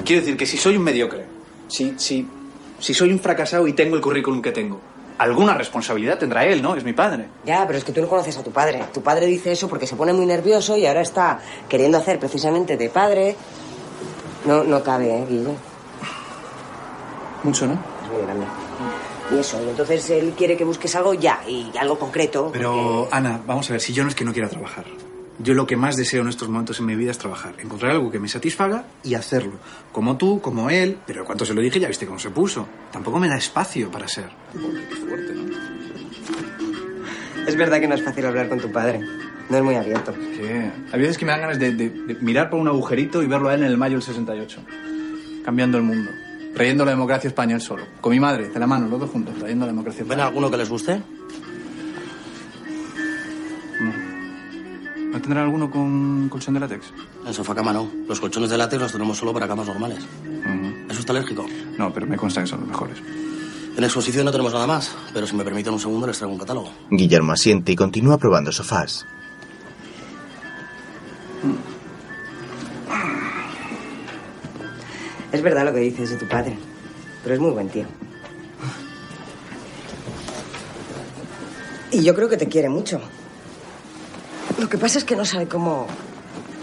Speaker 11: Quiero decir que si soy un mediocre, si, si, si soy un fracasado y tengo el currículum que tengo, alguna responsabilidad tendrá él, ¿no? Es mi padre.
Speaker 4: Ya, pero es que tú no conoces a tu padre. Tu padre dice eso porque se pone muy nervioso y ahora está queriendo hacer precisamente de padre. No, no cabe, ¿eh, Guille?
Speaker 11: Mucho, ¿no?
Speaker 4: Es muy grande. Y eso, y entonces él quiere que busques algo ya, y algo concreto.
Speaker 11: Pero, Ana, vamos a ver, si yo no es que no quiera trabajar. Yo lo que más deseo en estos momentos en mi vida es trabajar, encontrar algo que me satisfaga y hacerlo. Como tú, como él, pero cuando se lo dije ya viste cómo se puso. Tampoco me da espacio para ser.
Speaker 4: Es verdad que no es fácil hablar con tu padre. No es muy abierto.
Speaker 11: ¿Qué? Hay veces que me dan ganas de, de- de mirar por un agujerito y verlo a él en el mayo del 68. Cambiando el mundo. Trayendo la democracia a España él solo. Con mi madre, de la mano, los dos juntos, trayendo la democracia. ¿Ven alguno que les guste? ¿No tendrá alguno con colchón de látex?
Speaker 2: El sofá cama no. Los colchones de látex los tenemos solo para camas normales. ¿Eso está alérgico?
Speaker 11: No, pero me consta que son los mejores.
Speaker 2: En exposición no tenemos nada más, pero si me permiten un segundo les traigo un catálogo.
Speaker 1: Guillermo asiente y continúa probando sofás.
Speaker 4: Es verdad lo que dices de tu padre, pero es muy buen tío. Y yo creo que te quiere mucho. Lo que pasa es que no sabe cómo...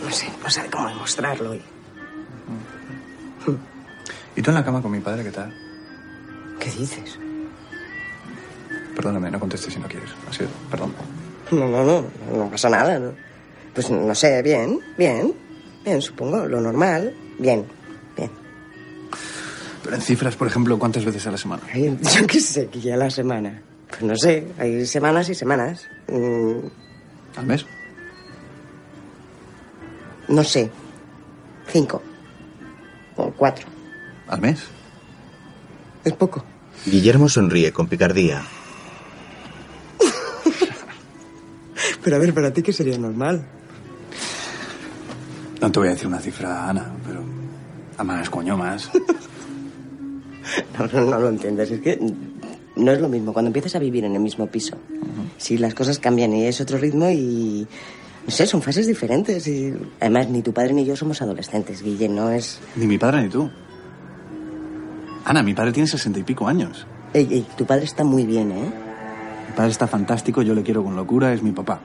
Speaker 4: No sé, no sabe cómo demostrarlo. y-
Speaker 11: ¿Y tú en la cama con mi padre qué tal?
Speaker 4: ¿Qué dices?
Speaker 11: Perdóname, no contestes si no quieres. Así es, perdón.
Speaker 4: No, no, no, no pasa nada, ¿no? Pues no sé, bien, bien, bien, supongo, lo normal, bien.
Speaker 11: Pero en cifras, por ejemplo, ¿cuántas veces a la semana?
Speaker 4: Ay, [laughs] Yo qué sé, que ya la semana. Pues no sé, hay semanas y semanas. Mm,
Speaker 11: ¿Al mes?
Speaker 4: No sé, cinco o cuatro.
Speaker 11: ¿Al mes?
Speaker 4: Es poco.
Speaker 1: Guillermo sonríe con picardía.
Speaker 4: Pero a ver, para ti, ¿qué sería normal?
Speaker 11: No te voy a decir una cifra, Ana, pero... A más, coño, más.
Speaker 4: No, no, no lo entiendes, es que no es lo mismo cuando empiezas a vivir en el mismo piso. Si las cosas cambian y es otro ritmo y... No sé, son fases diferentes y... Además, ni tu padre ni yo somos adolescentes, Guille, no es...
Speaker 11: Ni mi padre ni tú. Ana, mi padre tiene sesenta y pico años.
Speaker 4: Ey, ey, tu padre está muy bien, ¿eh?
Speaker 11: Mi padre está fantástico, yo le quiero con locura, es mi papá.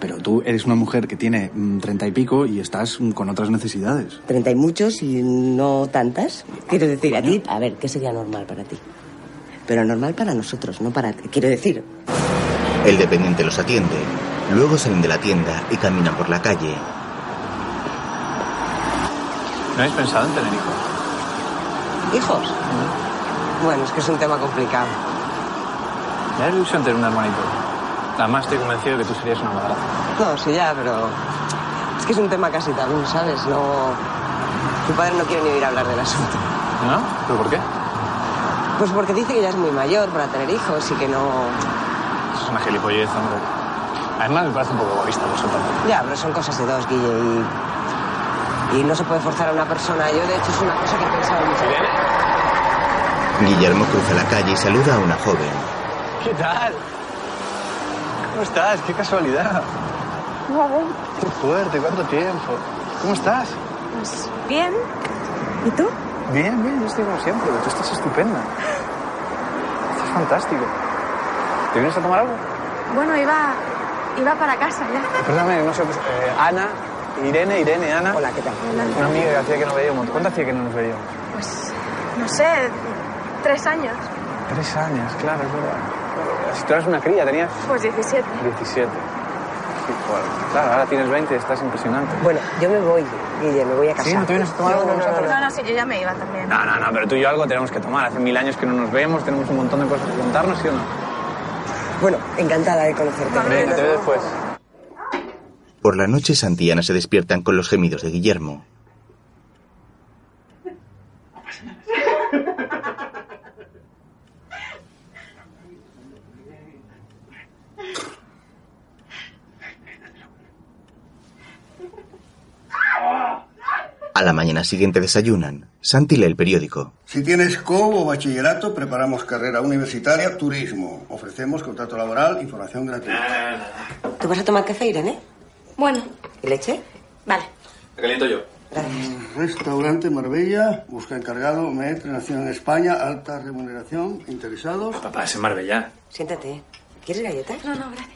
Speaker 11: Pero tú eres una mujer que tiene mm, treinta y pico y estás mm, con otras necesidades.
Speaker 4: Treinta y muchos y no tantas. Quiero decir, a ti, a ver, ¿qué sería normal para ti? Pero normal para nosotros, no para ti. Quiero decir,
Speaker 1: El dependiente los atiende. Luego salen de la tienda y caminan por la calle.
Speaker 11: ¿No habéis pensado en tener hijos?
Speaker 4: hijos. Bueno, es que es un tema complicado.
Speaker 11: Me da ilusión tener un hermanito. Además, estoy convencido de que tú serías una madraza.
Speaker 4: No, sí, ya, pero. Es que es un tema casi tabú, ¿sabes? No. Tu padre no quiere ni oír hablar del asunto.
Speaker 11: ¿No? ¿Pero por qué?
Speaker 4: Pues porque dice que ya es muy mayor para tener hijos y que no.
Speaker 11: Es una gilipollez, hombre. Además, me parece un poco egoísta por su parte.
Speaker 4: Ya, pero son cosas de dos, Guille, y. Y no se puede forzar a una persona. Yo, de hecho, es una cosa que he pensado mucho.
Speaker 1: Guillermo cruza la calle y saluda a una joven.
Speaker 11: ¿Qué tal? ¿Cómo estás? ¡Qué casualidad! ¡Qué fuerte! ¿Cuánto tiempo? ¿Cómo estás?
Speaker 5: Pues bien.
Speaker 11: ¿Y tú? Bien, bien, yo estoy como siempre, pero tú estás estupenda. Estás fantástico. ¿Te vienes a tomar algo?
Speaker 5: Bueno, iba, iba para casa ya.
Speaker 11: Perdóname, no sé. pues, eh, Ana, Irene, Irene, Ana. Hola,
Speaker 4: ¿qué tal?
Speaker 11: Una amiga que hacía que no veíamos. ¿Cuánto hacía que no nos veíamos?
Speaker 5: Pues, no sé, tres años.
Speaker 11: Tres años, claro, es verdad. Si tú eras una cría, tenías
Speaker 5: Pues 17.
Speaker 11: 17. Qué fuerte. Claro, ahora tienes 20, estás impresionante.
Speaker 4: Bueno, yo me voy, Guille, me voy a
Speaker 11: Sí,
Speaker 4: casar.
Speaker 11: ¿no te vienes a tomar algo con nosotros?
Speaker 5: No, no, sí, yo ya me iba también.
Speaker 11: No, no, no, pero tú y yo algo tenemos que tomar. Hace mil años que no nos vemos, tenemos un montón de cosas que contarnos, ¿sí o no?
Speaker 4: Bueno, encantada de conocerte.
Speaker 11: Venga, te veo después.
Speaker 1: Por la noche, Santiana se despiertan con los gemidos de Guillermo. A la mañana siguiente desayunan. Santi lee el periódico.
Speaker 8: Si tienes COU o bachillerato, preparamos carrera universitaria, turismo. Ofrecemos contrato laboral y formación gratuita.
Speaker 9: ¿Tú vas a tomar café, Irene? Bueno.
Speaker 8: ¿Y leche?
Speaker 9: Vale.
Speaker 19: Te caliento yo.
Speaker 8: Restaurante Marbella, busca encargado, maestra, nación en España, alta remuneración, interesados.
Speaker 11: Papá, es en Marbella.
Speaker 9: Siéntate. ¿Quieres galletas? No, no, gracias.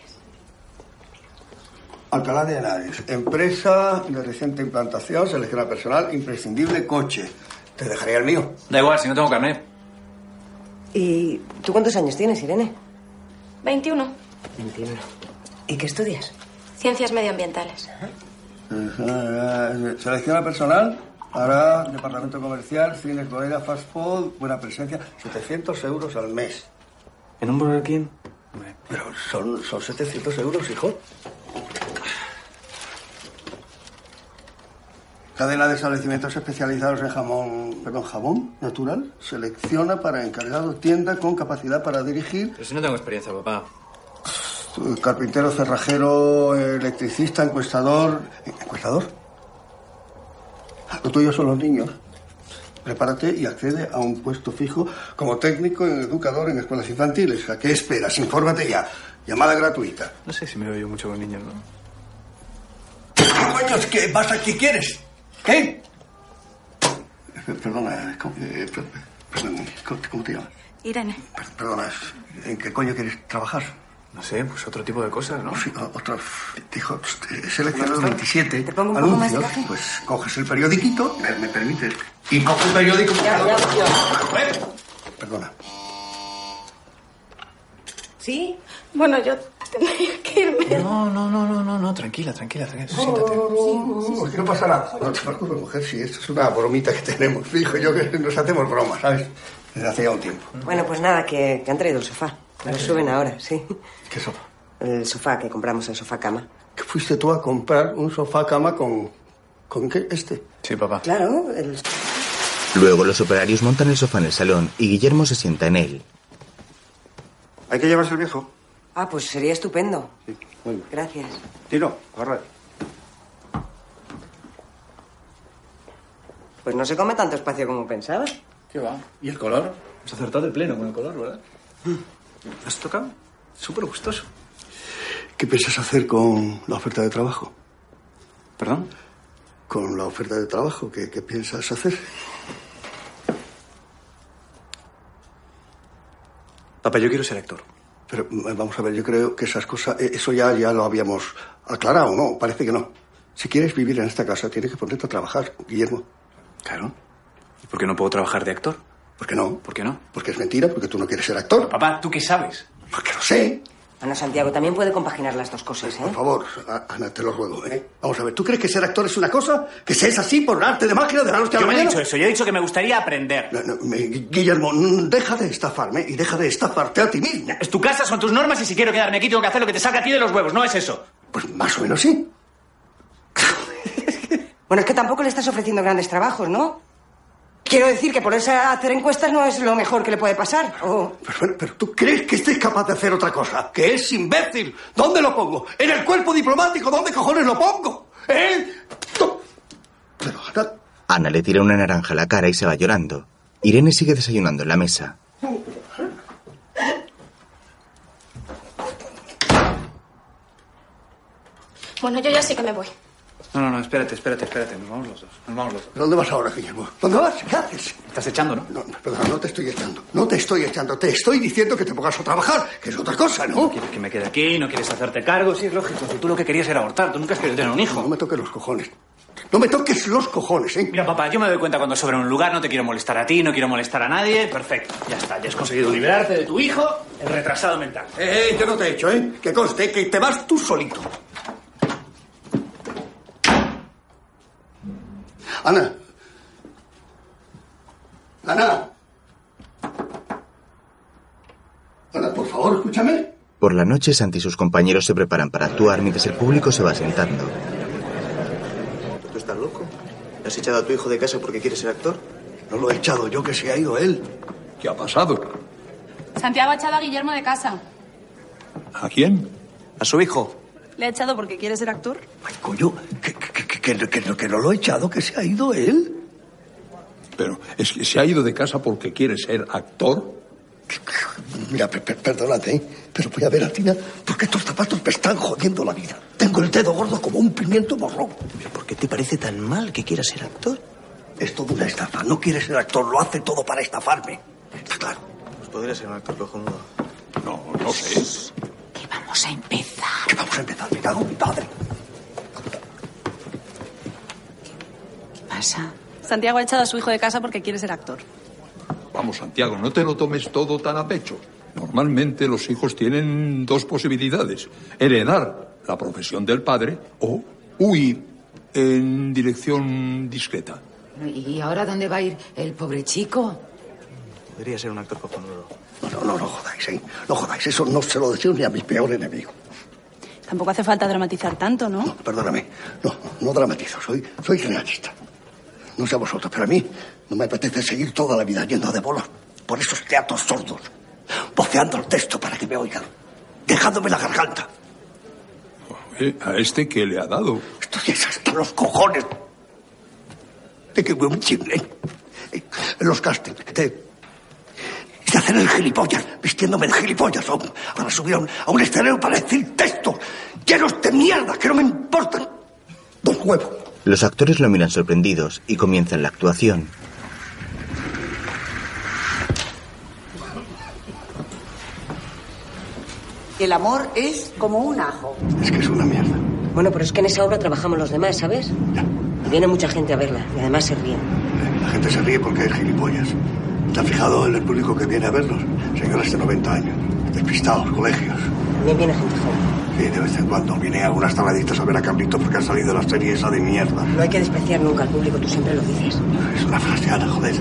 Speaker 8: Alcalá de Henares, empresa de reciente implantación, selecciona personal, imprescindible coche. Te dejaría el mío.
Speaker 11: Da igual, si no tengo carnet.
Speaker 9: ¿Y tú cuántos años tienes, Irene?
Speaker 5: 21.
Speaker 9: 21. ¿Y qué estudias?
Speaker 5: Ciencias medioambientales.
Speaker 8: Eh, Selecciona personal, hará departamento comercial, cine, colega, fast food, buena presencia, 700 euros al mes.
Speaker 11: ¿En un Burger King?
Speaker 8: Pero son, son 700 euros, hijo. Cadena de establecimientos especializados en jamón, perdón, jabón natural. Selecciona para encargado tienda con capacidad para dirigir.
Speaker 11: Pero si no tengo experiencia, papá.
Speaker 8: eh, Carpintero, cerrajero, electricista, encuestador. ¿Encuestador? Ah, Lo tuyo son los niños. Prepárate y accede a un puesto fijo como técnico en educador en escuelas infantiles. ¿A qué esperas? Infórmate ya. Llamada gratuita.
Speaker 11: No sé si me veo yo mucho con niños, ¿no?
Speaker 8: coño es que vas aquí quieres? ¿Qué? Perdona, ¿cómo, eh, per- perdón, ¿cómo- cómo te llamas?
Speaker 5: Irene.
Speaker 8: Per- Perdona, ¿en qué coño quieres trabajar?
Speaker 11: No sé, pues otro tipo de cosas, ¿no?
Speaker 8: Sí, o- otro. Dijo, pues, eh, he seleccionado
Speaker 11: ¿Te
Speaker 8: 27
Speaker 11: pongo un poco más de
Speaker 8: anuncios.
Speaker 11: café?
Speaker 8: Pues coges el periodiquito, me, me permites, y coges el periódico. Eh, Perdona.
Speaker 9: ¿Sí?
Speaker 5: Bueno, yo tendría que irme.
Speaker 11: No, no, no, no, no, no, tranquila, tranquila, tranquila.
Speaker 8: No, no, no, no, no, que no pasa nada. No te preocupes, mujer, si esto es una bromita que tenemos. Fijo, yo que nos hacemos bromas, ¿sabes? Desde hace ya un tiempo.
Speaker 9: Bueno, pues nada, que, que han traído el sofá. Que lo suben ahora, sí.
Speaker 8: ¿Qué sofá?
Speaker 9: El sofá que compramos, el sofá cama.
Speaker 8: ¿Qué fuiste tú a comprar un sofá cama con. ¿Con qué? ¿Este?
Speaker 11: Sí, papá.
Speaker 9: Claro, el...
Speaker 1: Luego los operarios montan el sofá en el salón y Guillermo se sienta en él.
Speaker 9: ¿Hay que llevarse el viejo? Ah, pues sería estupendo. Gracias.
Speaker 21: Tiro, agarra.
Speaker 9: Pues no se come tanto espacio como pensaba.
Speaker 11: ¿Qué va? ¿Y el color? Hemos acertado de pleno con el color, ¿verdad? Mm. ¿Has tocado? Súper gustoso.
Speaker 8: ¿Qué piensas hacer con la oferta de trabajo?
Speaker 11: ¿Perdón?
Speaker 8: Con la oferta de trabajo, ¿qué, qué piensas hacer?
Speaker 11: Papá, yo quiero ser actor.
Speaker 8: Pero eh, vamos a ver, yo creo que esas cosas, eh, eso ya, ya lo habíamos aclarado, ¿no? Parece que no. Si quieres vivir en esta casa, tienes que ponerte a trabajar, Guillermo.
Speaker 11: Claro. ¿Y por qué no puedo trabajar de actor?
Speaker 8: ¿Por qué no?
Speaker 11: ¿Por qué no?
Speaker 8: Porque es mentira, porque tú no quieres ser actor.
Speaker 11: Papá, ¿tú qué sabes?
Speaker 8: Porque lo sé.
Speaker 9: Bueno, Santiago, también puede compaginar las dos cosas, ¿eh?
Speaker 8: Por favor, a- Ana, te lo ruego, ¿eh? Vamos a ver, ¿tú crees que ser actor es una cosa? ¿Que se es así por arte de magia de la noche a
Speaker 21: Yo
Speaker 8: la
Speaker 21: no he
Speaker 8: mañana?
Speaker 21: dicho eso, yo he dicho que me gustaría aprender.
Speaker 8: No, no, me- Guillermo, mm, deja de estafarme y deja de estafarte a ti mismo.
Speaker 21: Es tu casa, son tus normas y si quiero quedarme aquí tengo que hacer lo que te salga a ti de los huevos, no es eso.
Speaker 8: Pues más o menos sí.
Speaker 9: Bueno, es que tampoco le estás ofreciendo grandes trabajos, ¿no? Quiero decir que ponerse a hacer encuestas no es lo mejor que le puede pasar. O...
Speaker 8: Pero, Pues bueno, pero tú crees que estés capaz de hacer otra cosa, que es imbécil. ¿Dónde lo pongo? ¿En el cuerpo diplomático? ¿Dónde cojones lo pongo? ¿Eh?
Speaker 1: Ana le tira una naranja a la cara y se va llorando. Irene sigue desayunando en la mesa.
Speaker 5: Bueno, yo ya sí que me voy.
Speaker 11: No, no, no, espérate, espérate, espérate. Nos vamos los dos. Nos vamos los dos.
Speaker 8: ¿Dónde vas ahora, Guillermo? ¿Dónde vas? ¿Qué haces?
Speaker 11: Me Estás echando, ¿no?
Speaker 8: No, perdón, no te estoy echando. No te estoy echando. Te estoy diciendo que te pongas a trabajar, que es otra cosa,
Speaker 11: Uh.
Speaker 8: ¿no?
Speaker 21: Quieres que me quede aquí, no quieres hacerte cargo, sí, es lógico. Si tú lo que querías era abortar, tú nunca has querido tener un hijo.
Speaker 8: No me toques los cojones. No me toques los cojones, ¿eh?
Speaker 21: Mira, papá, yo me doy cuenta cuando sobra un lugar, no te quiero molestar a ti, no quiero molestar a nadie. Perfecto, ya está, ya has conseguido liberarte de tu hijo, el retrasado mental.
Speaker 8: Eh, eh, yo no te he hecho, ¿eh? Que conste que te vas tú solito. Ana. Ana. Ana, por favor, escúchame.
Speaker 1: Por la noche, Santi y sus compañeros se preparan para actuar mientras el público se va sentando.
Speaker 10: ¿Tú estás loco? ¿Has echado a tu hijo de casa porque quieres ser actor?
Speaker 8: No lo he echado yo, que se ha ido él.
Speaker 6: ¿Qué ha pasado?
Speaker 13: Santiago ha echado a Guillermo de casa.
Speaker 6: ¿A quién?
Speaker 21: A su hijo.
Speaker 13: ¿Le ha echado porque quiere ser actor?
Speaker 8: Coño, ¿qué, qué- qué- que, no- que no- que no lo he echado, que se ha ido él.
Speaker 6: Pero es que se ha ido de casa porque quiere ser actor.
Speaker 8: Mira, per- per- perdónate, ¿eh? pero voy a ver a Tina porque estos zapatos me están jodiendo la vida. Tengo el dedo gordo como un pimiento morrón. ¿Pero por qué te parece tan mal que quieras ser actor? Es toda una estafa. No quiere ser actor, lo hace todo para estafarme. Está claro.
Speaker 10: Pues podría ser un actor cojonudo.
Speaker 6: No, no sé.
Speaker 15: Vamos a empezar.
Speaker 8: ¿Qué vamos a empezar? Me cago en mi padre.
Speaker 15: ¿Qué pasa?
Speaker 13: Santiago ha echado a su hijo de casa porque quiere ser actor.
Speaker 6: Vamos, Santiago, no te lo tomes todo tan a pecho. Normalmente los hijos tienen dos posibilidades. Heredar la profesión del padre o huir en dirección discreta.
Speaker 15: ¿Y ahora dónde va a ir el pobre chico?
Speaker 8: Podría ser un actor cojonudo. No, no, no, no jodáis, ¿eh? No jodáis. Eso no se lo deseo ni a mi peor enemigo.
Speaker 13: Tampoco hace falta dramatizar tanto, ¿no?
Speaker 8: Perdóname. No, no dramatizo. Soy, soy realista. No sé a vosotros, pero a mí no me apetece seguir toda la vida yendo de bola por esos teatros sordos, voceando el texto para que me oigan, dejándome la garganta.
Speaker 6: Eh, ¿A este que le ha dado?
Speaker 8: Estoy es hasta los cojones de que me humillen eh, en los castings. De, de hacer el gilipollas, vistiéndome de gilipollas. o para subir a un, a un escenario para decir textos llenos de mierda que no me importan. Dos huevos.
Speaker 1: Los actores lo miran sorprendidos y comienzan la actuación.
Speaker 3: El amor es como un ajo.
Speaker 8: Es que es una mierda.
Speaker 4: Bueno, pero es que en esa obra trabajamos los demás, ¿sabes? Y viene mucha gente a verla y además se ríen.
Speaker 8: La gente se ríe porque es gilipollas. ¿Te has fijado en el público que viene a verlos? Señores de 90 años, despistados, colegios.
Speaker 4: Y viene gente joven.
Speaker 8: Sí, de vez en cuando vienen algunas tabladitas a ver a Carlitos porque han salido de la serie esa de mierda.
Speaker 4: No hay que despreciar nunca al público, tú siempre lo dices.
Speaker 8: Es una fraseada, joder.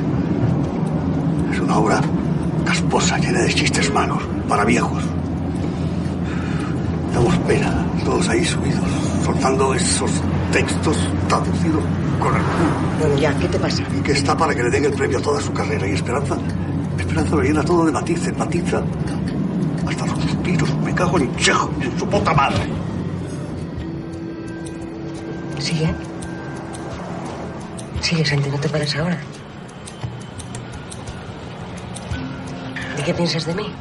Speaker 8: Es una obra casposa, llena de chistes malos, para viejos. Damos pena, todos ahí subidos, soltando esos textos traducidos con el culo.
Speaker 4: Bueno, ya, ¿qué te pasa?
Speaker 8: Y que está para que le den el premio a toda su carrera. Y Esperanza, Esperanza lo llena todo de matices, matiza hasta los suspiros. Me cago en Chejo, en su puta madre.
Speaker 4: Sigue. Sigue, Santi, no te pares ahora. ¿Y qué piensas de mí?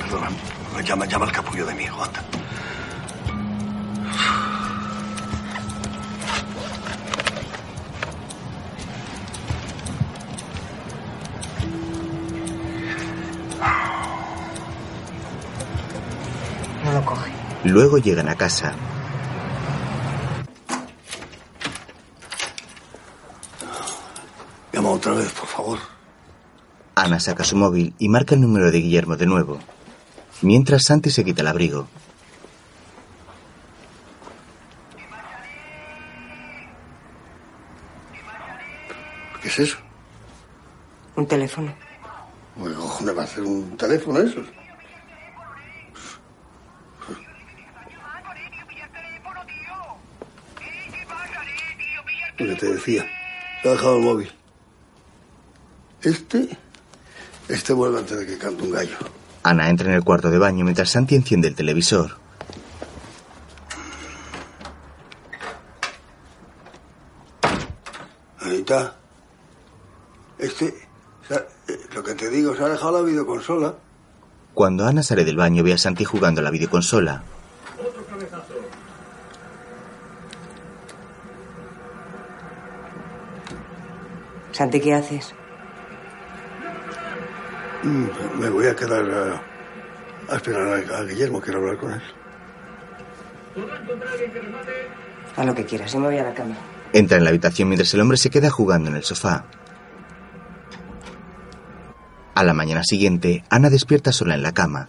Speaker 8: Perdona, me llama, llama al capullo de mi hijo, anda.
Speaker 4: No lo coge.
Speaker 1: Luego llegan a casa.
Speaker 8: Llama otra vez, por favor.
Speaker 1: Ana saca su móvil y marca el número de Guillermo de nuevo. Mientras Santi se quita el abrigo.
Speaker 8: ¿Qué es eso?
Speaker 4: Un teléfono.
Speaker 8: Oye, cojones, va a ser un teléfono eso. Lo que te decía, se ha dejado el móvil. Este, este vuelve antes de que cante un gallo.
Speaker 1: Ana entra en el cuarto de baño mientras Santi enciende el televisor.
Speaker 8: Anita, este, se ha- eh, lo que te digo, se ha dejado la videoconsola.
Speaker 1: Cuando Ana sale del baño ve a Santi jugando a la videoconsola.
Speaker 4: Santi, ¿qué haces?
Speaker 8: Mm, me voy a quedar a, a esperar a, a Guillermo, quiero hablar con él.
Speaker 4: A lo que quieras, yo me voy a la cama.
Speaker 1: Entra en la habitación mientras el hombre se queda jugando en el sofá. A la mañana siguiente, Ana despierta sola en la cama.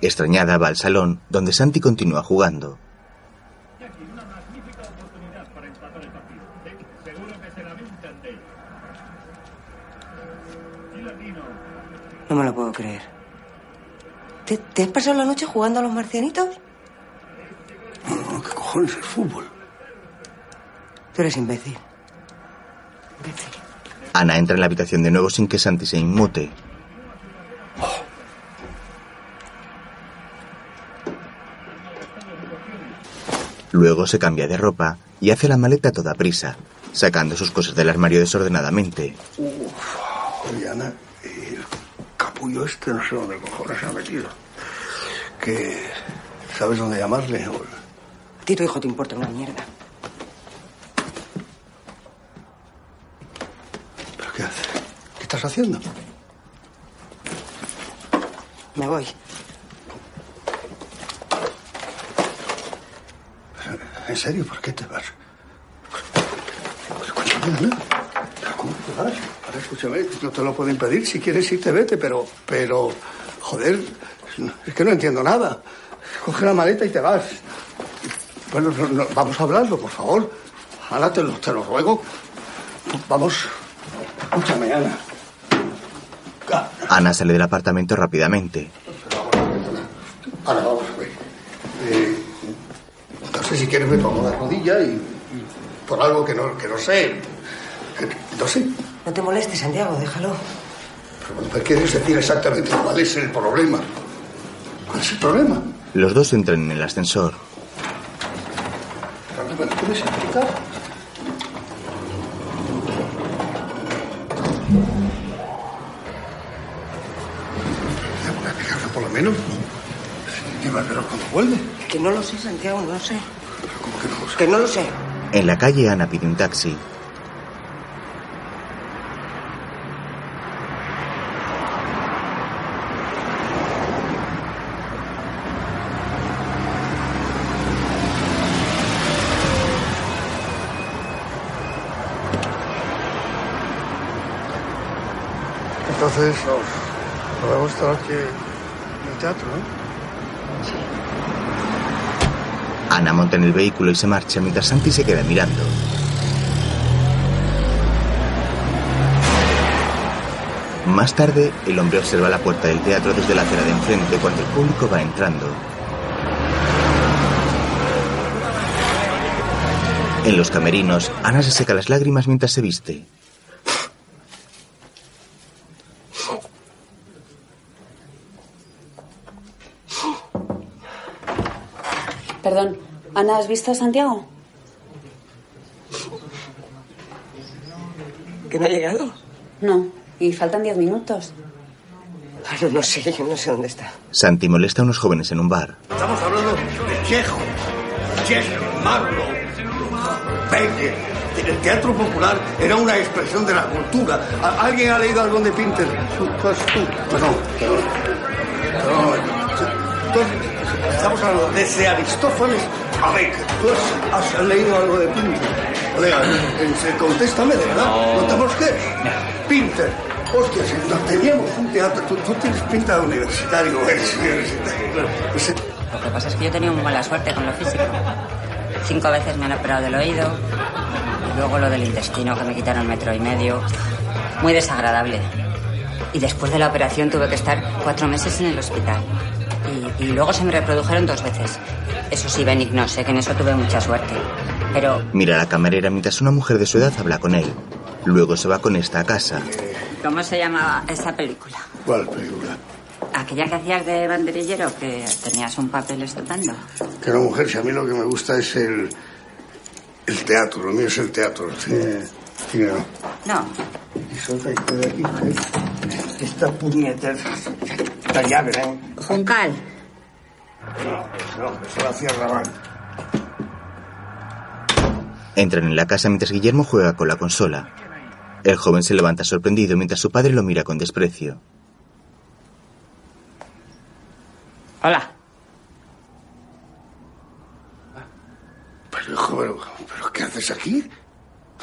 Speaker 1: Extrañada va al salón, donde Santi continúa jugando.
Speaker 4: No me lo puedo creer. ¿Te, te has pasado la noche jugando a los marcianitos?
Speaker 8: ¿Qué cojones es fútbol?
Speaker 4: Tú eres imbécil.
Speaker 1: Ana entra en la habitación de nuevo sin que Santi se inmute. Luego se cambia de ropa y hace la maleta a toda prisa, sacando sus cosas del armario desordenadamente.
Speaker 8: Diana, el capullo este no sé dónde cojones se ha metido. Que sabes dónde llamarle. O-
Speaker 4: A ti tu hijo te importa una mierda.
Speaker 8: ¿Pero qué hace? ¿Qué estás haciendo?
Speaker 4: Me voy.
Speaker 8: ¿En serio? ¿Por qué te vas? Pues cuéntame, Ana. ¿Pero ¿Cómo te vas? Ahora escúchame, no te lo puedo impedir. Si quieres irte, vete, pero. Pero. Joder, es que no entiendo nada. Coge la maleta y te vas. Bueno, no, no, vamos a hablarlo, por favor. Ahora te lo, te lo ruego. Vamos. Escúchame, Ana.
Speaker 1: Ana sale del apartamento rápidamente.
Speaker 8: Ahora vamos a ver. Eh, no sé si quieres me pongo la rodilla y, y por algo que no, que no sé. Que no sé.
Speaker 4: No te molestes, Santiago, déjalo.
Speaker 8: Pero me quieres decir exactamente cuál es el problema. ¿Cuál es el problema?
Speaker 1: Los dos entran en el ascensor.
Speaker 8: ¿El problema lo puedes explicar? Debo explicarlo por lo menos. Sí, pero cuando vuelve.
Speaker 4: Que no lo sé, Santiago, no lo sé. que no lo sé?
Speaker 1: En la calle Ana pide un taxi.
Speaker 8: Entonces, nos vemos esta noche en el teatro, ¿no?
Speaker 1: Ana monta en el vehículo y se marcha mientras Santi se queda mirando. Más tarde, el hombre observa la puerta del teatro desde la acera de enfrente cuando el público va entrando. En los camerinos, Ana se seca las lágrimas mientras se viste.
Speaker 12: Perdón, Ana, ¿has visto a Santiago?
Speaker 4: ¿Que no ha llegado?
Speaker 12: No, y faltan diez minutos.
Speaker 4: Bueno, Ah, no sé, yo no sé dónde está.
Speaker 1: Santi molesta a unos jóvenes en un bar.
Speaker 8: Estamos hablando de Chejo, Chejo, Marlo, Peque. El teatro popular era una expresión de la cultura. ¿A- ¿Alguien ha leído algo de Pinter? Perdón, perdón. Perdón, un momento. Entonces, Estamos hablando desde Aristófanes a Becker. ¿Tú has, has leído algo de Pinter? Oiga, eh, se- contéstame de verdad.
Speaker 21: No.
Speaker 8: ¿Contamos qué? Pinter. Hostia, si no teníamos un teatro, tú, tú tienes pinta de universitario, [laughs] eres universitario. claro. Pues, eh,
Speaker 14: Lo que pasa es que yo he tenido muy mala suerte con lo físico. Cinco veces me han operado del oído, y luego lo del intestino que me quitaron metro y medio. Muy desagradable. Y después de la operación tuve que estar cuatro meses en el hospital. Y, y luego se me reprodujeron dos veces. Eso sí, benigno, sé que en eso tuve mucha suerte. Pero
Speaker 1: Mira a la camarera mientras una mujer de su edad habla con él. Luego se va con esta a casa.
Speaker 14: ¿Cómo se llamaba esa película?
Speaker 8: ¿Cuál película?
Speaker 14: Aquella que hacías de banderillero, que tenías un papel estupendo.
Speaker 8: Que no, mujer, si a mí lo que me gusta es el, el teatro, lo mío es el teatro, el cine, cine no.
Speaker 14: No.
Speaker 8: Y suelta esto de aquí, ¿eh? Esta puñetera, esta llave, ¿eh?
Speaker 14: Juncal.
Speaker 8: No, que se la cierra mal.
Speaker 1: Entran en la casa mientras Guillermo juega con la consola. El joven se levanta sorprendido mientras su padre lo mira con desprecio.
Speaker 14: Hola.
Speaker 8: Pero, hijo, pero, pero ¿qué haces aquí?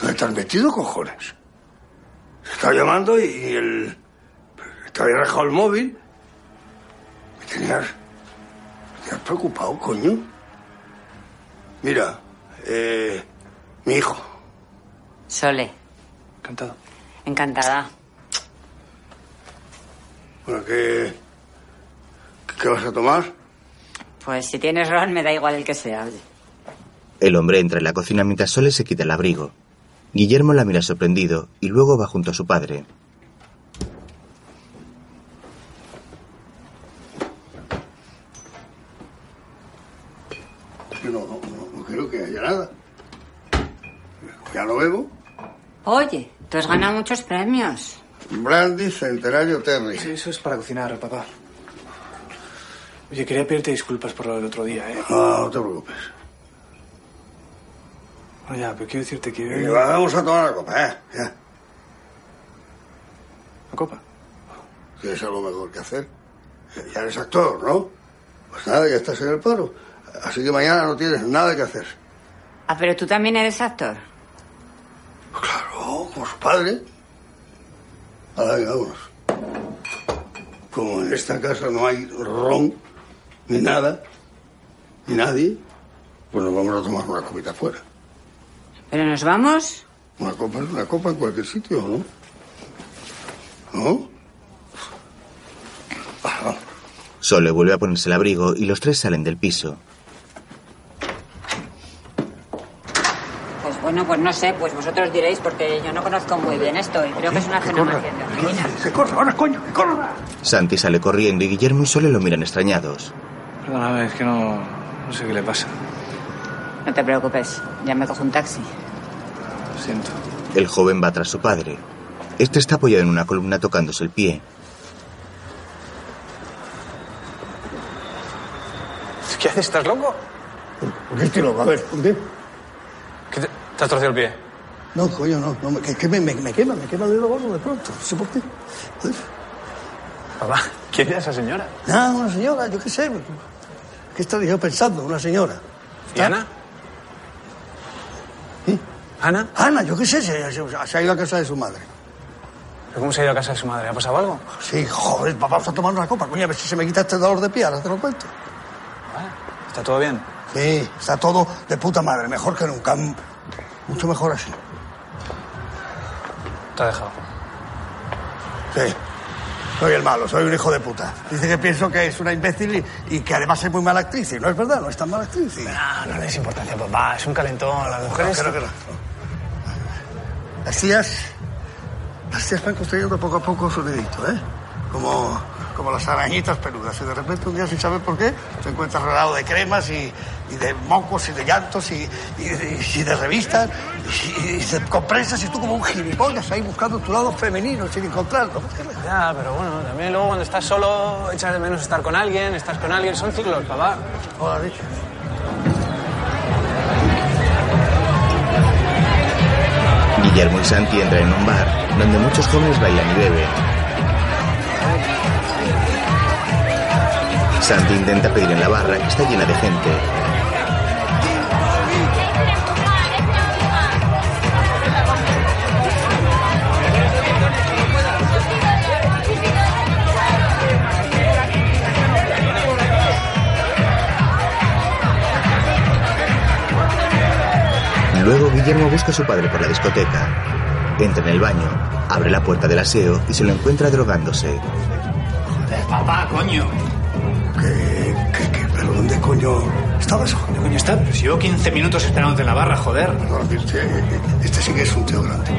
Speaker 8: ¿Dónde te has metido, cojones? Estaba llamando y el... Te había dejado el móvil. Me tenías... Me tenías preocupado, coño. Mira, eh... Mi hijo.
Speaker 14: Sole.
Speaker 8: Encantado.
Speaker 14: Encantada.
Speaker 8: Bueno, ¿qué, ¿qué vas a tomar?
Speaker 14: Pues si tienes ron, me da igual el que sea, oye.
Speaker 1: El hombre entra en la cocina mientras Sole se quita el abrigo. Guillermo la mira sorprendido y luego va junto a su padre.
Speaker 8: Yo no, no, no, no creo que nada. Ya lo bebo.
Speaker 14: Oye, tú has ganado muchos premios.
Speaker 8: Brandy Centenario Terry.
Speaker 7: Eso es para cocinar, papá. Oye, quería pedirte disculpas por lo del otro día, ¿eh?
Speaker 8: Ah, No, no te preocupes.
Speaker 7: No, ya, pero quiero decirte que...
Speaker 8: Y vamos a tomar la copa, ¿eh? Ya.
Speaker 7: ¿La copa?
Speaker 8: Que es algo mejor que hacer. Ya eres actor, ¿no? Pues nada, ya estás en el paro. Así que mañana no tienes nada que hacer.
Speaker 14: Ah, pero tú también eres actor.
Speaker 8: Claro, como su padre. Ahora venga, vámonos. Como en esta casa no hay ron, ni nada, ni nadie, pues nos vamos a tomar una copita afuera.
Speaker 14: ¿Pero nos vamos?
Speaker 8: Una copa es una copa en cualquier sitio, ¿no? ¿No?
Speaker 1: Sole vuelve a ponerse el abrigo y los tres salen del piso.
Speaker 14: Pues bueno, pues no sé, pues vosotros diréis porque yo no conozco muy bien esto y creo que es una cena
Speaker 8: corra. ¡Que corra, ahora, coño, que corra!
Speaker 1: Santi sale corriendo y Guillermo y Sole lo miran extrañados.
Speaker 7: Perdóname, es que no, no sé qué le pasa.
Speaker 14: No te preocupes, ya me cojo un taxi.
Speaker 7: Lo siento.
Speaker 1: El joven va tras su padre. Este está apoyado en una columna tocándose el pie.
Speaker 11: ¿Qué haces? ¿Estás loco?
Speaker 8: ¿Por qué estoy loco? A ver, ¿dónde?
Speaker 11: ¿Qué te, te has torcido el pie?
Speaker 8: No, coño, no. no que, que me, me, me quema, me quema el dedo gordo de pronto. No sé por qué. Joder.
Speaker 11: Papá, ¿quién era esa señora?
Speaker 8: Nada, una señora, yo qué sé. pues, ¿Qué estaba yo pensando? Una señora.
Speaker 11: ¿Y Ana? ¿Ana?
Speaker 8: Ana, yo qué sé, se, se- se ha ido a casa de su madre.
Speaker 11: ¿Pero ¿Cómo se ha ido a casa de su madre? ¿Ha pasado algo?
Speaker 8: Sí, joder, papá, vamos a tomar una copa, coño, a ver si se me quita este dolor de pie, ahora te lo cuento.
Speaker 11: ¿Está todo bien?
Speaker 8: Sí, está todo de puta madre, mejor que nunca. m- Mucho mejor así.
Speaker 11: Te ha dejado.
Speaker 8: Sí. Soy el malo, soy un hijo de puta. Dice que pienso que es una imbécil y, y que además es muy mala actriz. Y no es verdad, no es tan mala actriz.
Speaker 11: No, no le des importancia, papá. Es un calentón. Las mujeres...
Speaker 8: No, que no, que Las tías. Las tías van construyendo poco a poco su nidito, ¿eh? Como, como las arañitas peludas. Y de repente un día, sin saber por qué, te encuentras rodeado de cremas y, y de mocos y de llantos y, y de- y de revistas y, y de compresas. Y tú, como un gilipollas, ahí buscando tu lado femenino sin encontrarlo.
Speaker 11: Ya, pero bueno, también luego cuando estás solo echas de menos estar con alguien, estás con alguien, son ciclos, papá.
Speaker 8: Hola, dicho.
Speaker 1: Guillermo y Santi entran en un bar donde muchos jóvenes bailan y beben. Santi intenta pedir en la barra que está llena de gente. Luego Guillermo busca a su padre por la discoteca. Entra en el baño, abre la puerta del aseo y se lo encuentra drogándose.
Speaker 11: Papá, coño.
Speaker 8: Eh, ¿Pero dónde coño estabas?
Speaker 11: ¿Dónde coño está? Pues llevo 15 minutos esperándote en la barra, joder.
Speaker 8: Este, este sí que es un tío grande.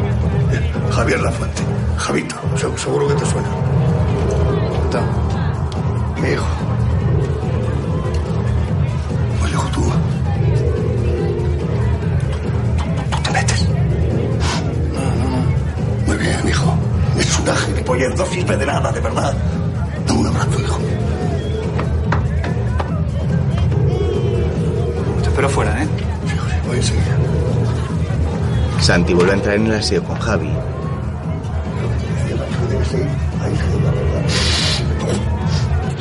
Speaker 8: Eh, Javier Lafuente. Javito, se- seguro que te suena. Mi hijo. Oye, Pues, hijo, tú. Tú te metes. Muy bien, hijo. Es una gilipollez, no sirve de nada, de verdad. Dame un abrazo, hijo.
Speaker 11: Te espero fuera, ¿eh?
Speaker 8: Voy enseguida.
Speaker 1: Santi vuelve a entrar en el aseo con Javi.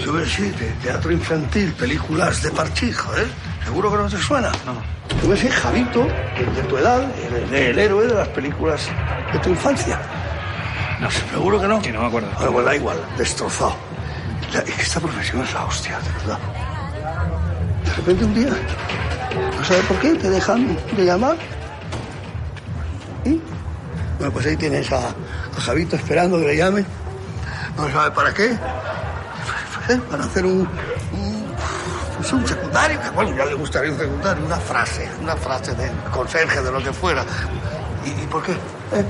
Speaker 8: Yo ves, sí, de teatro infantil, películas de parchijo, ¿eh? Seguro que no te suena. No. Yo ves, sí, Javito, que es de tu edad, el, el héroe de las películas de tu infancia. No, seguro que no.
Speaker 11: Que no me acuerdo.
Speaker 8: Bueno, pues da igual, destrozado. La- es que esta profesión es la hostia, de verdad. De repente un día, no sabes por qué, te dejan de llamar. ¿Y? Bueno, pues ahí tienes a, a Javito esperando que le llame. No sabe para qué. ¿Eh? Para hacer un, un, pues un secundario, que bueno, ya le gustaría un secundario, una frase, una frase de conserje, de lo que fuera. ¿Y, y por qué? ¿Eh?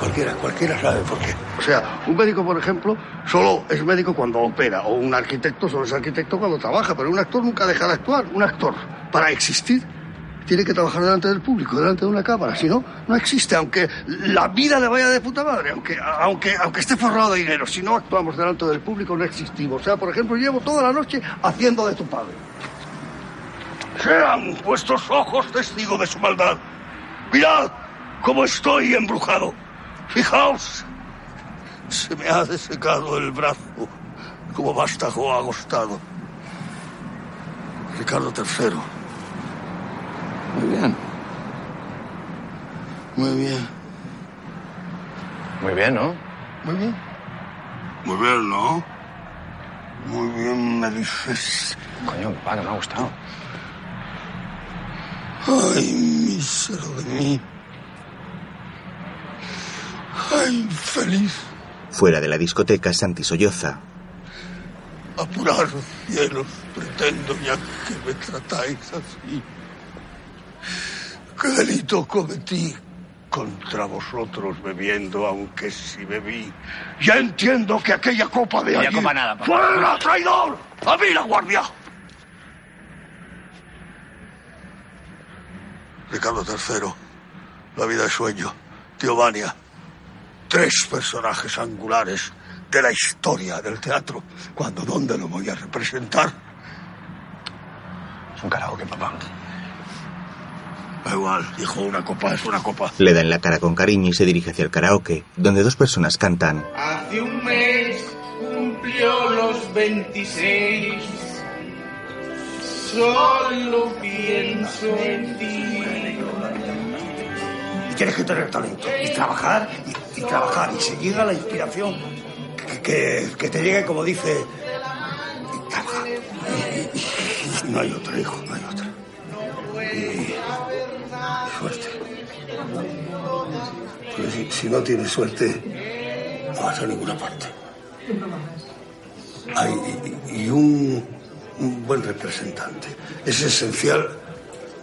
Speaker 8: Cualquiera, cualquiera sabe por qué. O sea, un médico, por ejemplo, solo es médico cuando opera, o un arquitecto solo es arquitecto cuando trabaja, pero un actor nunca deja de actuar. Un actor, para existir, tiene que trabajar delante del público, delante de una cámara. Si no, no existe, aunque la vida le vaya de puta madre, aunque, aunque, aunque esté forrado de dinero. Si no actuamos delante del público, no existimos. O sea, por ejemplo, llevo toda la noche haciendo de tu padre. Sean vuestros ojos testigos de su maldad. Mirad cómo estoy embrujado. Fijaos, se me ha desecado el brazo como vástago agostado. Ricardo III.
Speaker 19: Muy bien.
Speaker 8: Muy bien.
Speaker 19: Muy bien, ¿no?
Speaker 8: Muy bien. Muy bien, ¿no? Muy bien, me dices.
Speaker 19: Coño, papá, que me ha gustado.
Speaker 8: Ay, mísero de mí. Ay, feliz.
Speaker 1: Fuera de la discoteca, Santi solloza.
Speaker 8: Apurar cielos, pretendo ya que me tratáis así. ¿Qué delito cometí contra vosotros bebiendo, aunque si bebí? Ya entiendo que aquella copa de
Speaker 21: No, ya
Speaker 8: allí...
Speaker 21: copa nada, papá.
Speaker 8: ¡Fuera, traidor! ¡A mí la guardia! Ricardo III, La vida es sueño, Teobania. Tres personajes angulares de la historia del teatro. ¿Cuándo, dónde lo voy a representar? Es un karaoke, papá. Da igual, hijo, una copa es una copa.
Speaker 1: Le da en la cara con cariño y se dirige hacia el karaoke, donde dos personas cantan.
Speaker 16: Hace un mes cumplió los 26. Solo pienso en ti.
Speaker 8: Y tienes que tener talento. Y trabajar, y, y trabajar. Y seguir a la inspiración. Que, que- que te llegue, como dice. y trabajar. Y- y- y no hay otra, hijo, no hay otra. Y- suerte. Porque si, si no tienes suerte, no vas a ninguna parte. Hay, y, y un, un buen representante. Es esencial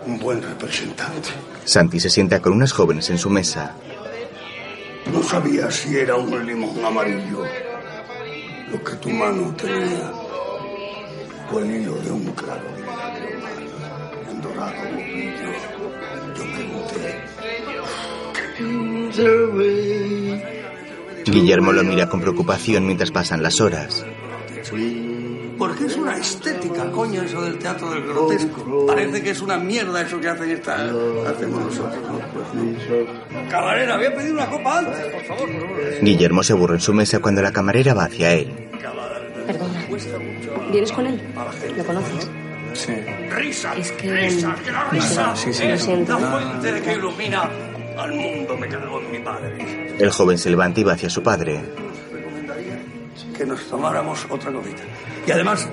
Speaker 8: un buen representante.
Speaker 1: Santi se sienta con unas jóvenes en su mesa.
Speaker 8: No sabía si era un limón amarillo lo que tu mano tenía o el hilo de un claro de lágrima, en dorado brillo. Yo pregunté,
Speaker 1: Guillermo lo mira con preocupación mientras pasan las horas.
Speaker 10: Porque es una estética, coño, eso del teatro del grotesco. Parece que es una mierda eso que hacen esta... hacemos nosotros.
Speaker 8: Pues camarera, voy a pedir una copa antes, por favor. por favor".
Speaker 1: Guillermo se aburre en su mesa cuando la camarera va hacia él.
Speaker 15: Perdona. ¿Vienes con él? ¿Lo conoces?
Speaker 11: Sí.
Speaker 8: Risas,
Speaker 15: Es que-
Speaker 8: risas, gran
Speaker 15: Sí,
Speaker 8: risa.
Speaker 15: sí, sí,
Speaker 8: Es
Speaker 15: lo siento.
Speaker 8: La fuente que ilumina al mundo me quedó en mi padre.
Speaker 1: El joven se levanta y va hacia su padre.
Speaker 8: Que nos tomáramos otra copita. Y además,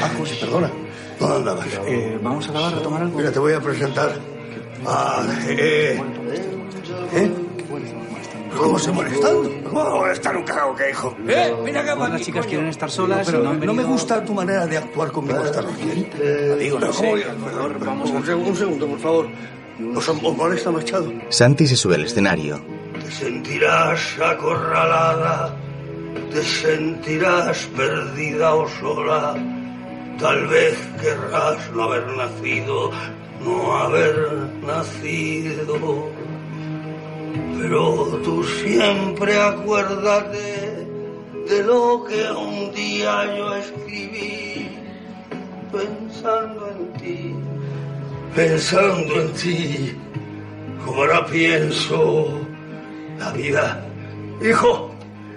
Speaker 8: Paco, se Ah, perdona. Eh, ¿Dónde andabas?
Speaker 11: Vamos a acabar de tomar algo.
Speaker 8: Mira, te voy a presentar a... eh, ¿Eh? ¿Cómo se molestan? ¿Cómo va a molestar un karaoke, hijo?
Speaker 11: Eh, mira que Las chicas quieren estar solas.
Speaker 8: Pero
Speaker 11: y no, han
Speaker 8: no me
Speaker 11: venido.
Speaker 8: gusta tu manera de actuar conmigo esta noche. ¿eh? Digo, no sé. Vamos un, segundo, un segundo, por favor. ¿Os, os molesta Machado?
Speaker 1: Santi se sube al escenario.
Speaker 8: Te sentirás acorralada, te sentirás perdida o sola. Tal vez querrás no haber nacido, no haber nacido. Pero tú siempre acuérdate de lo que un día yo escribí pensando en ti. Pensando en ti, como ahora pienso la vida. Hijo,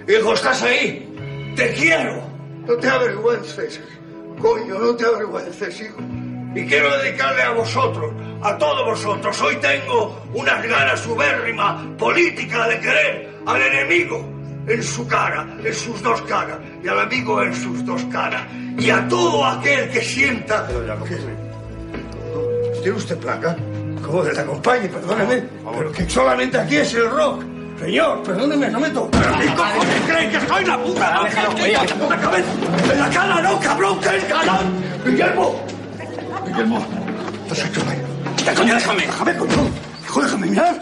Speaker 8: hijo, estás ahí. Te quiero. No te avergüences, coño, no te avergüences, hijo. Y quiero dedicarle a vosotros, a todos vosotros. Hoy tengo unas ganas subérrimas, política, de querer al enemigo en su cara, en sus dos caras, y al amigo en sus dos caras, y a todo aquel que sienta. ¿Tiene usted placa? ¿Cómo que le acompañe? Perdóneme. Pero que solamente aquí es el rock. Señor, perdóneme, no me toque. ¿Pero qué cojones creen que soy la puta? ¿Qué la puta cabeza? ¡En la cara no, cabrón! ¡Que es galán! ¡Guillermo! ¡Guillermo! ¡Te has hecho daño! ¡Quita, coño, déjame! ¡Déjame, coño! ¡Hijo, déjame mirar!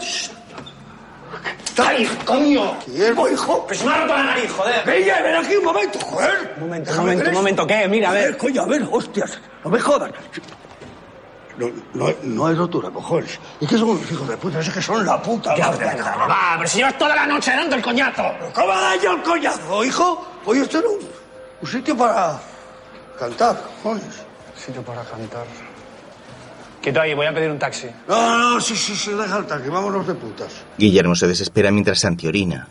Speaker 8: ¡Dale, coño! ¡Guillermo, hijo! ¡Que se me ha roto la nariz, joder! ¡Venga, ven aquí un momento, joder! Un momento,
Speaker 11: un momento, un momento, ¿qué? Mira, a ver.
Speaker 8: Coño, a ver, hostias. No me jodas. No, no, no es rotura, cojones. Es que son unos hijos de puta, es que son la puta.
Speaker 17: Ya,
Speaker 8: madre.
Speaker 17: pero va, pero si llevas toda la noche dando el coñazo.
Speaker 8: ¿Cómo da yo el coñazo, hijo? Oye, esto era un, un sitio para cantar, cojones. Sitio para cantar.
Speaker 11: Quieto ahí, voy a pedir un taxi.
Speaker 8: No, no, sí, sí, sí, deja el taxi, vámonos de putas.
Speaker 1: Guillermo se desespera mientras Santi orina.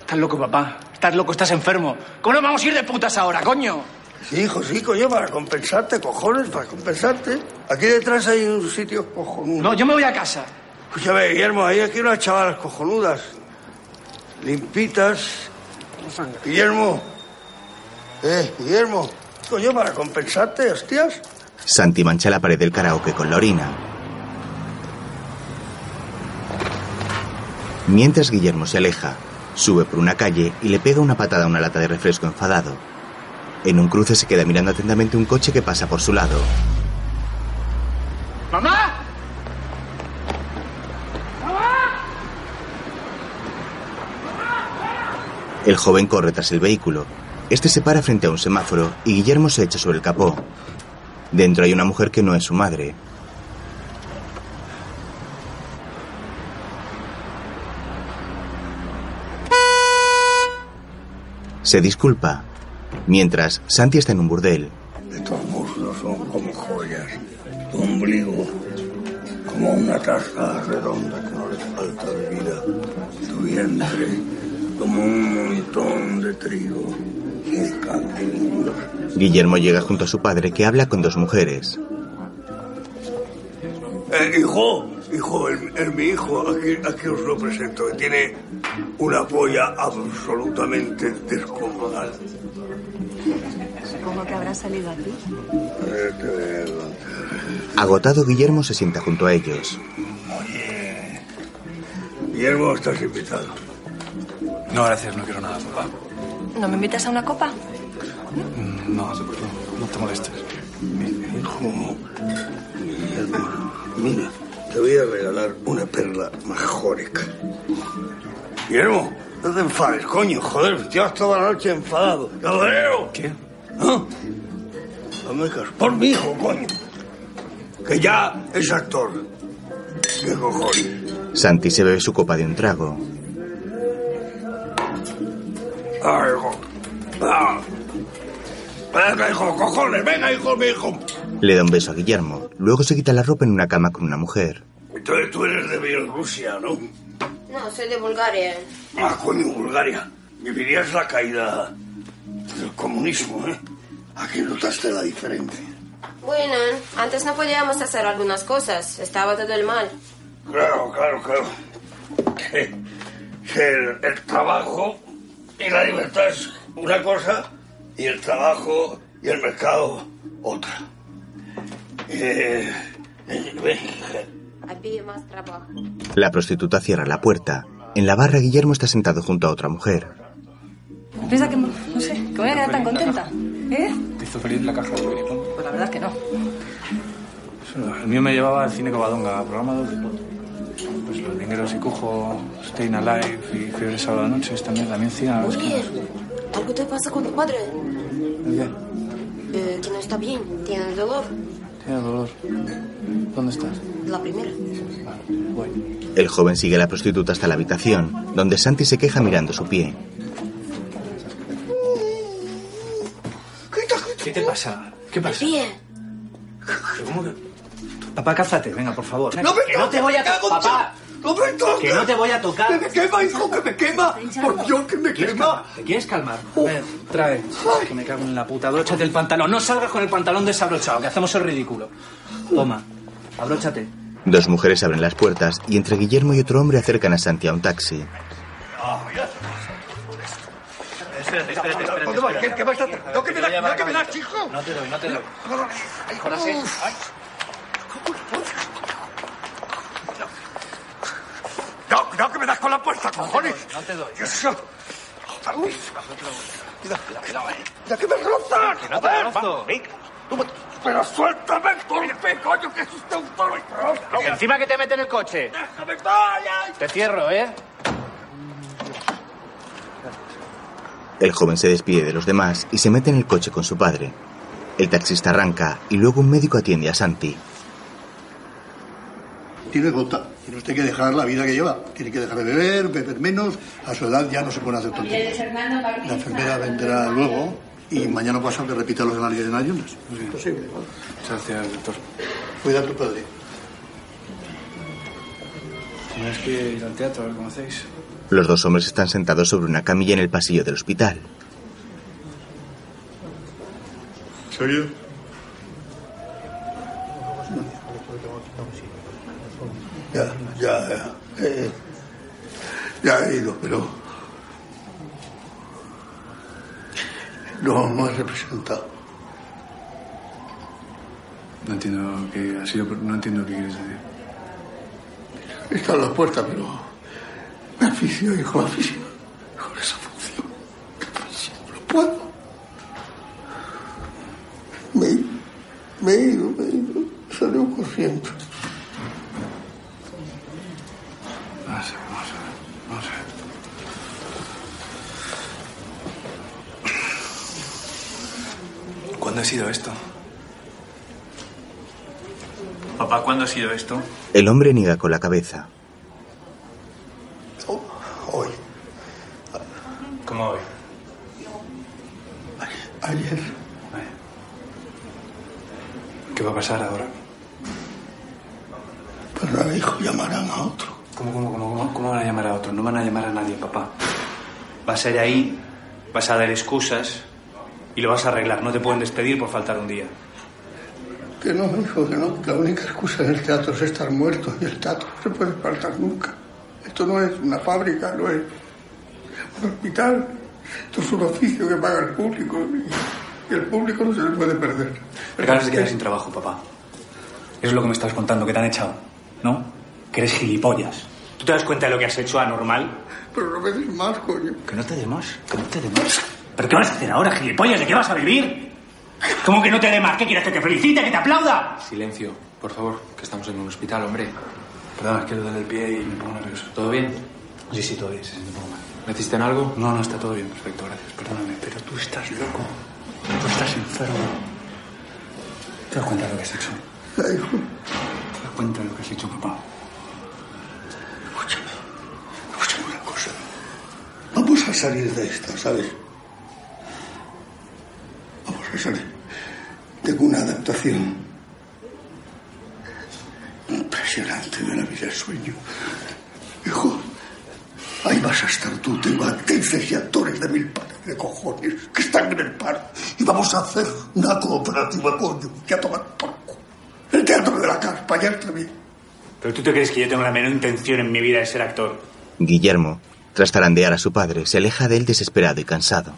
Speaker 11: Estás loco, papá. Estás loco, estás enfermo. ¿Cómo nos vamos a ir de putas ahora, coño?
Speaker 8: Sí, hijo, sí, coño, para compensarte, cojones, para compensarte. Aquí detrás hay un sitio cojonudo.
Speaker 11: No, yo me voy a casa.
Speaker 8: Escúchame, Guillermo, hay aquí unas chavalas cojonudas. Limpitas. Guillermo. Eh, Guillermo. Coño, para compensarte, hostias.
Speaker 1: Santi mancha la pared del karaoke con la orina. Mientras Guillermo se aleja, sube por una calle y le pega una patada a una lata de refresco enfadado. En un cruce se queda mirando atentamente un coche que pasa por su lado.
Speaker 16: ¡Mamá!
Speaker 1: El joven corre tras el vehículo. Este se para frente a un semáforo y Guillermo se echa sobre el capó. Dentro hay una mujer que no es su madre. Se disculpa. Mientras, Santi está en un burdel.
Speaker 8: Estos muslos son como joyas. Tu ombligo, como una tarja redonda que no le falta de vida. Tu vientre, como un montón de trigo.
Speaker 1: Guillermo llega junto a su padre que habla con dos mujeres.
Speaker 8: Eh, hijo, hijo, es, es mi hijo. Aquí, aquí os lo presento. que Tiene una polla absolutamente descomunal.
Speaker 18: Supongo que habrá salido aquí.
Speaker 8: Eh, qué verga.
Speaker 1: Agotado, Guillermo se sienta junto a ellos.
Speaker 8: Guillermo, estás invitado.
Speaker 11: No, gracias, no quiero nada, papá.
Speaker 18: ¿No me invitas a una copa?
Speaker 11: No, no te molestes.
Speaker 8: Hijo, Guillermo, mira, te voy a regalar una perla majórica. Guillermo, no te enfades, coño, joder, llevas toda la noche enfadado. ¡Cabrero!
Speaker 11: ¿Qué?
Speaker 8: ¿No? No me caso. Por mi hijo, coño. Que ya es actor. ¿Qué cojones?
Speaker 1: Santi se bebe su copa de un trago.
Speaker 8: Ah, hijo. Ah. Venga, hijo, cojones, venga, hijo, mi hijo.
Speaker 1: Le da un beso a Guillermo. Luego se quita la ropa en una cama con una mujer.
Speaker 8: Entonces tú eres de Bielorrusia, ¿no?
Speaker 5: No, soy de Bulgaria.
Speaker 8: Ah, coño, Bulgaria. Vivirías la caída del comunismo, ¿eh? Aquí notaste la diferencia.
Speaker 5: Bueno, antes no podíamos hacer algunas cosas. Estaba todo el mal.
Speaker 8: Claro, claro, claro. Que- que el, el trabajo y la libertad es una cosa y el trabajo y el mercado otra. Eh, eh,
Speaker 5: Había más trabajo.
Speaker 1: La prostituta cierra la puerta. En la barra, Guillermo está sentado junto a otra mujer.
Speaker 18: Piensa que, no sé, que voy a quedar tan contenta. ¿Eh?
Speaker 11: ¿Te hizo feliz la caja de vinilo?
Speaker 18: Pues la verdad es que no.
Speaker 11: El mío me llevaba al cine Covadonga, programa doble. Pues los vingueros y cujo, Staying Alive y Fiebre Sábado Noche, también, también cine. a la vez que-
Speaker 5: Oye, ¿algo te pasa con tu padre? Eh, que no está bien. Tiene dolor.
Speaker 11: Tiene dolor. ¿Dónde estás?
Speaker 5: La primera.
Speaker 1: El joven sigue a la prostituta hasta la habitación, donde Santi se queja mirando su pie.
Speaker 11: ¿Qué te pasa? ¿Qué pasa?
Speaker 5: Bien.
Speaker 11: ¿Cómo que...? Papá, cázate, venga, por favor.
Speaker 16: No me
Speaker 11: que no te voy a
Speaker 16: cago en
Speaker 11: tocar, papá.
Speaker 8: ¡No me toques!
Speaker 11: Que no te voy a tocar.
Speaker 16: ¡Que me quema, hijo, que me quema! ¡Por Dios, que me quema! Oh.
Speaker 11: ¿Te quieres calmar? A ver, otra vez. Que me cago en la puta. Abróchate el pantalón. No salgas con el pantalón desabrochado, que hacemos el ridículo. Toma, abróchate.
Speaker 1: Dos mujeres abren las puertas y entre Guillermo y otro hombre acercan a Santi a un taxi.
Speaker 11: Espérate, espérate,
Speaker 16: ¿Dónde vas? ¿Qué- qué vas a hacer? No, que me das, no, que me das, hijo.
Speaker 11: No te doy, no te doy.
Speaker 16: Ay,
Speaker 11: Ahora sí.
Speaker 16: uf. No, no, que me das con la puerta, cojones.
Speaker 11: No te doy.
Speaker 16: Dios mío. ¡Ya que me rozas!
Speaker 11: Que no te
Speaker 16: joder,
Speaker 11: rozo.
Speaker 16: va, venga. Tú me- ¡Pero suéltame, torpe, coño, que es usted un toro!
Speaker 21: Que encima que te mete en el coche.
Speaker 16: ¡Déjame, vaya!
Speaker 21: Te cierro, ¿eh?
Speaker 1: El joven se despide de los demás y se mete en el coche con su padre. El taxista arranca y luego un médico atiende a Santi.
Speaker 8: Tiene rota. Tiene usted que dejar la vida que lleva. Tiene que dejar de beber, beber menos. A su edad ya no se pueden hacer tonterías. La enfermera vendrá luego y mañana pasado que repita los análisis en ayunas. Es imposible.
Speaker 11: Gracias, doctor.
Speaker 8: Cuida a tu padre.
Speaker 11: Tenéis que ir al teatro a ver cómo hacéis.
Speaker 1: Los dos hombres están sentados sobre una camilla en el pasillo del hospital.
Speaker 8: ¿Serio? Ya, ya, ya. Eh, ya he ido, pero. No me he representado.
Speaker 11: No entiendo qué ha sido, no entiendo qué quieres decir.
Speaker 8: Está en la puerta, pero. Me aficio, hijo, me aficio. Con esa función. No puedo. Me, me he ido, me he ido. Salió corriendo.
Speaker 11: No sé, no sé, no sé. ¿Cuándo ha sido esto? Papá, ¿cuándo ha sido esto?
Speaker 1: El hombre niega con la cabeza.
Speaker 11: ¿Cómo hoy?
Speaker 8: Ayer.
Speaker 11: ¿Qué va a pasar ahora?
Speaker 8: Pero ahora, hijo, Pues llamarán a otro.
Speaker 11: ¿Cómo, cómo, cómo, cómo, cómo van a llamar a otro? No van a llamar a nadie, papá. Vas a ir ahí, vas a dar excusas y lo vas a arreglar. No te pueden despedir por faltar un día.
Speaker 8: Que no, hijo, que no. La única excusa en el teatro es estar muerto y el teatro no se puede faltar nunca. Esto no es una fábrica, no es un hospital. Esto es un oficio que paga el público y el público no se le puede perder.
Speaker 11: Pero claro, se quedan sin trabajo, papá. Eso es lo que me estabas contando, que te han echado, ¿no? Que eres gilipollas. ¿Tú te das cuenta de lo que has hecho anormal?
Speaker 8: Pero no me des más, coño.
Speaker 11: Que no te dé más, que no te dé más. ¿Pero qué vas a hacer ahora, gilipollas? ¿De qué vas a vivir? ¿Cómo que no te dé más? ¿Qué quieres? ¿Que te felicite? ¿Que te aplauda?
Speaker 20: Silencio, por favor, que estamos en un hospital, hombre.
Speaker 11: Perdona, es que lo del pie y me pongo nervioso.
Speaker 20: ¿Todo bien?
Speaker 11: Sí, sí, todo bien, sí, sí, me pongo mal.
Speaker 20: ¿Necesitan algo?
Speaker 11: No, no, está todo bien, perfecto, gracias, perdóname. Pero tú estás loco, tú estás enfermo. ¿Te das cuenta de lo que has hecho?
Speaker 8: Ya, hijo,
Speaker 11: ¿Te das cuenta de lo que has hecho, papá?
Speaker 8: escúchame. Escúchame una cosa. Vamos a salir de esta, ¿sabes? Vamos a salir. Tengo una adaptación impresionante de la vida del sueño. Hijo, ahí vas a estar tú, tengo actrices y actores de mil pares de cojones que están en el paro. Y vamos a hacer una cooperativa, coño, que a tomar por culo. El teatro de la carpa, ya está bien.
Speaker 11: ¿Pero tú te crees que yo tengo la menor intención en mi vida de ser actor?
Speaker 1: Guillermo, tras zarandear a su padre, se aleja de él desesperado y cansado.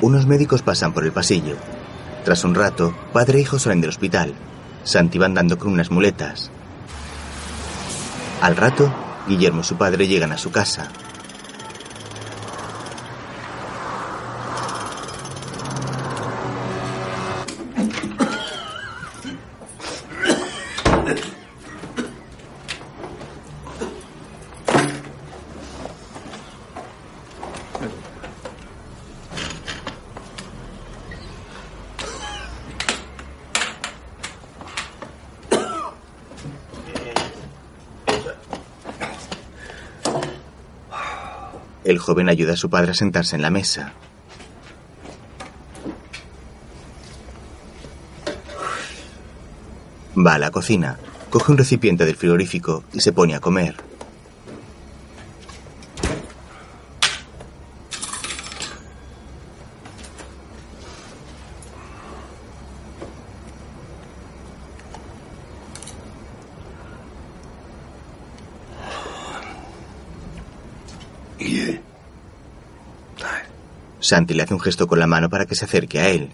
Speaker 1: Unos médicos pasan por el pasillo. Tras un rato, padre e hijo salen del hospital. Santi va andando con unas muletas. Al rato, Guillermo y su padre llegan a su casa. El joven ayuda a su padre a sentarse en la mesa. Va a la cocina, coge un recipiente del frigorífico y se pone a comer.
Speaker 8: Guille,
Speaker 1: Santi le hace un gesto con la mano para que se acerque a él.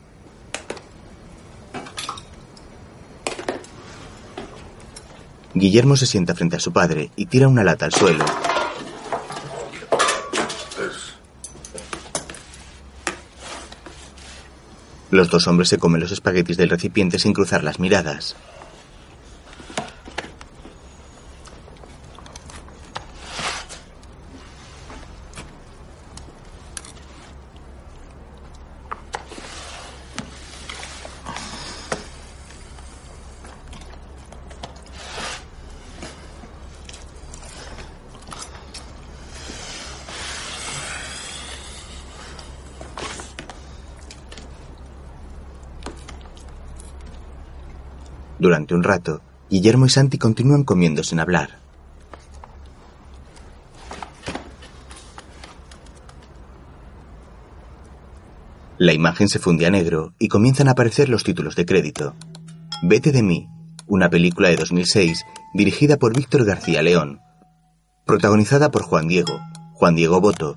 Speaker 1: Guillermo se sienta frente a su padre y tira una lata al suelo. Los dos hombres se comen los espaguetis del recipiente sin cruzar las miradas. Durante un rato, Guillermo y Santi continúan comiendo sin hablar. La imagen se funde a negro y comienzan a aparecer los títulos de crédito. Vete de mí, una película de 2006 dirigida por Víctor García León, protagonizada por Juan Diego, Juan Diego Boto,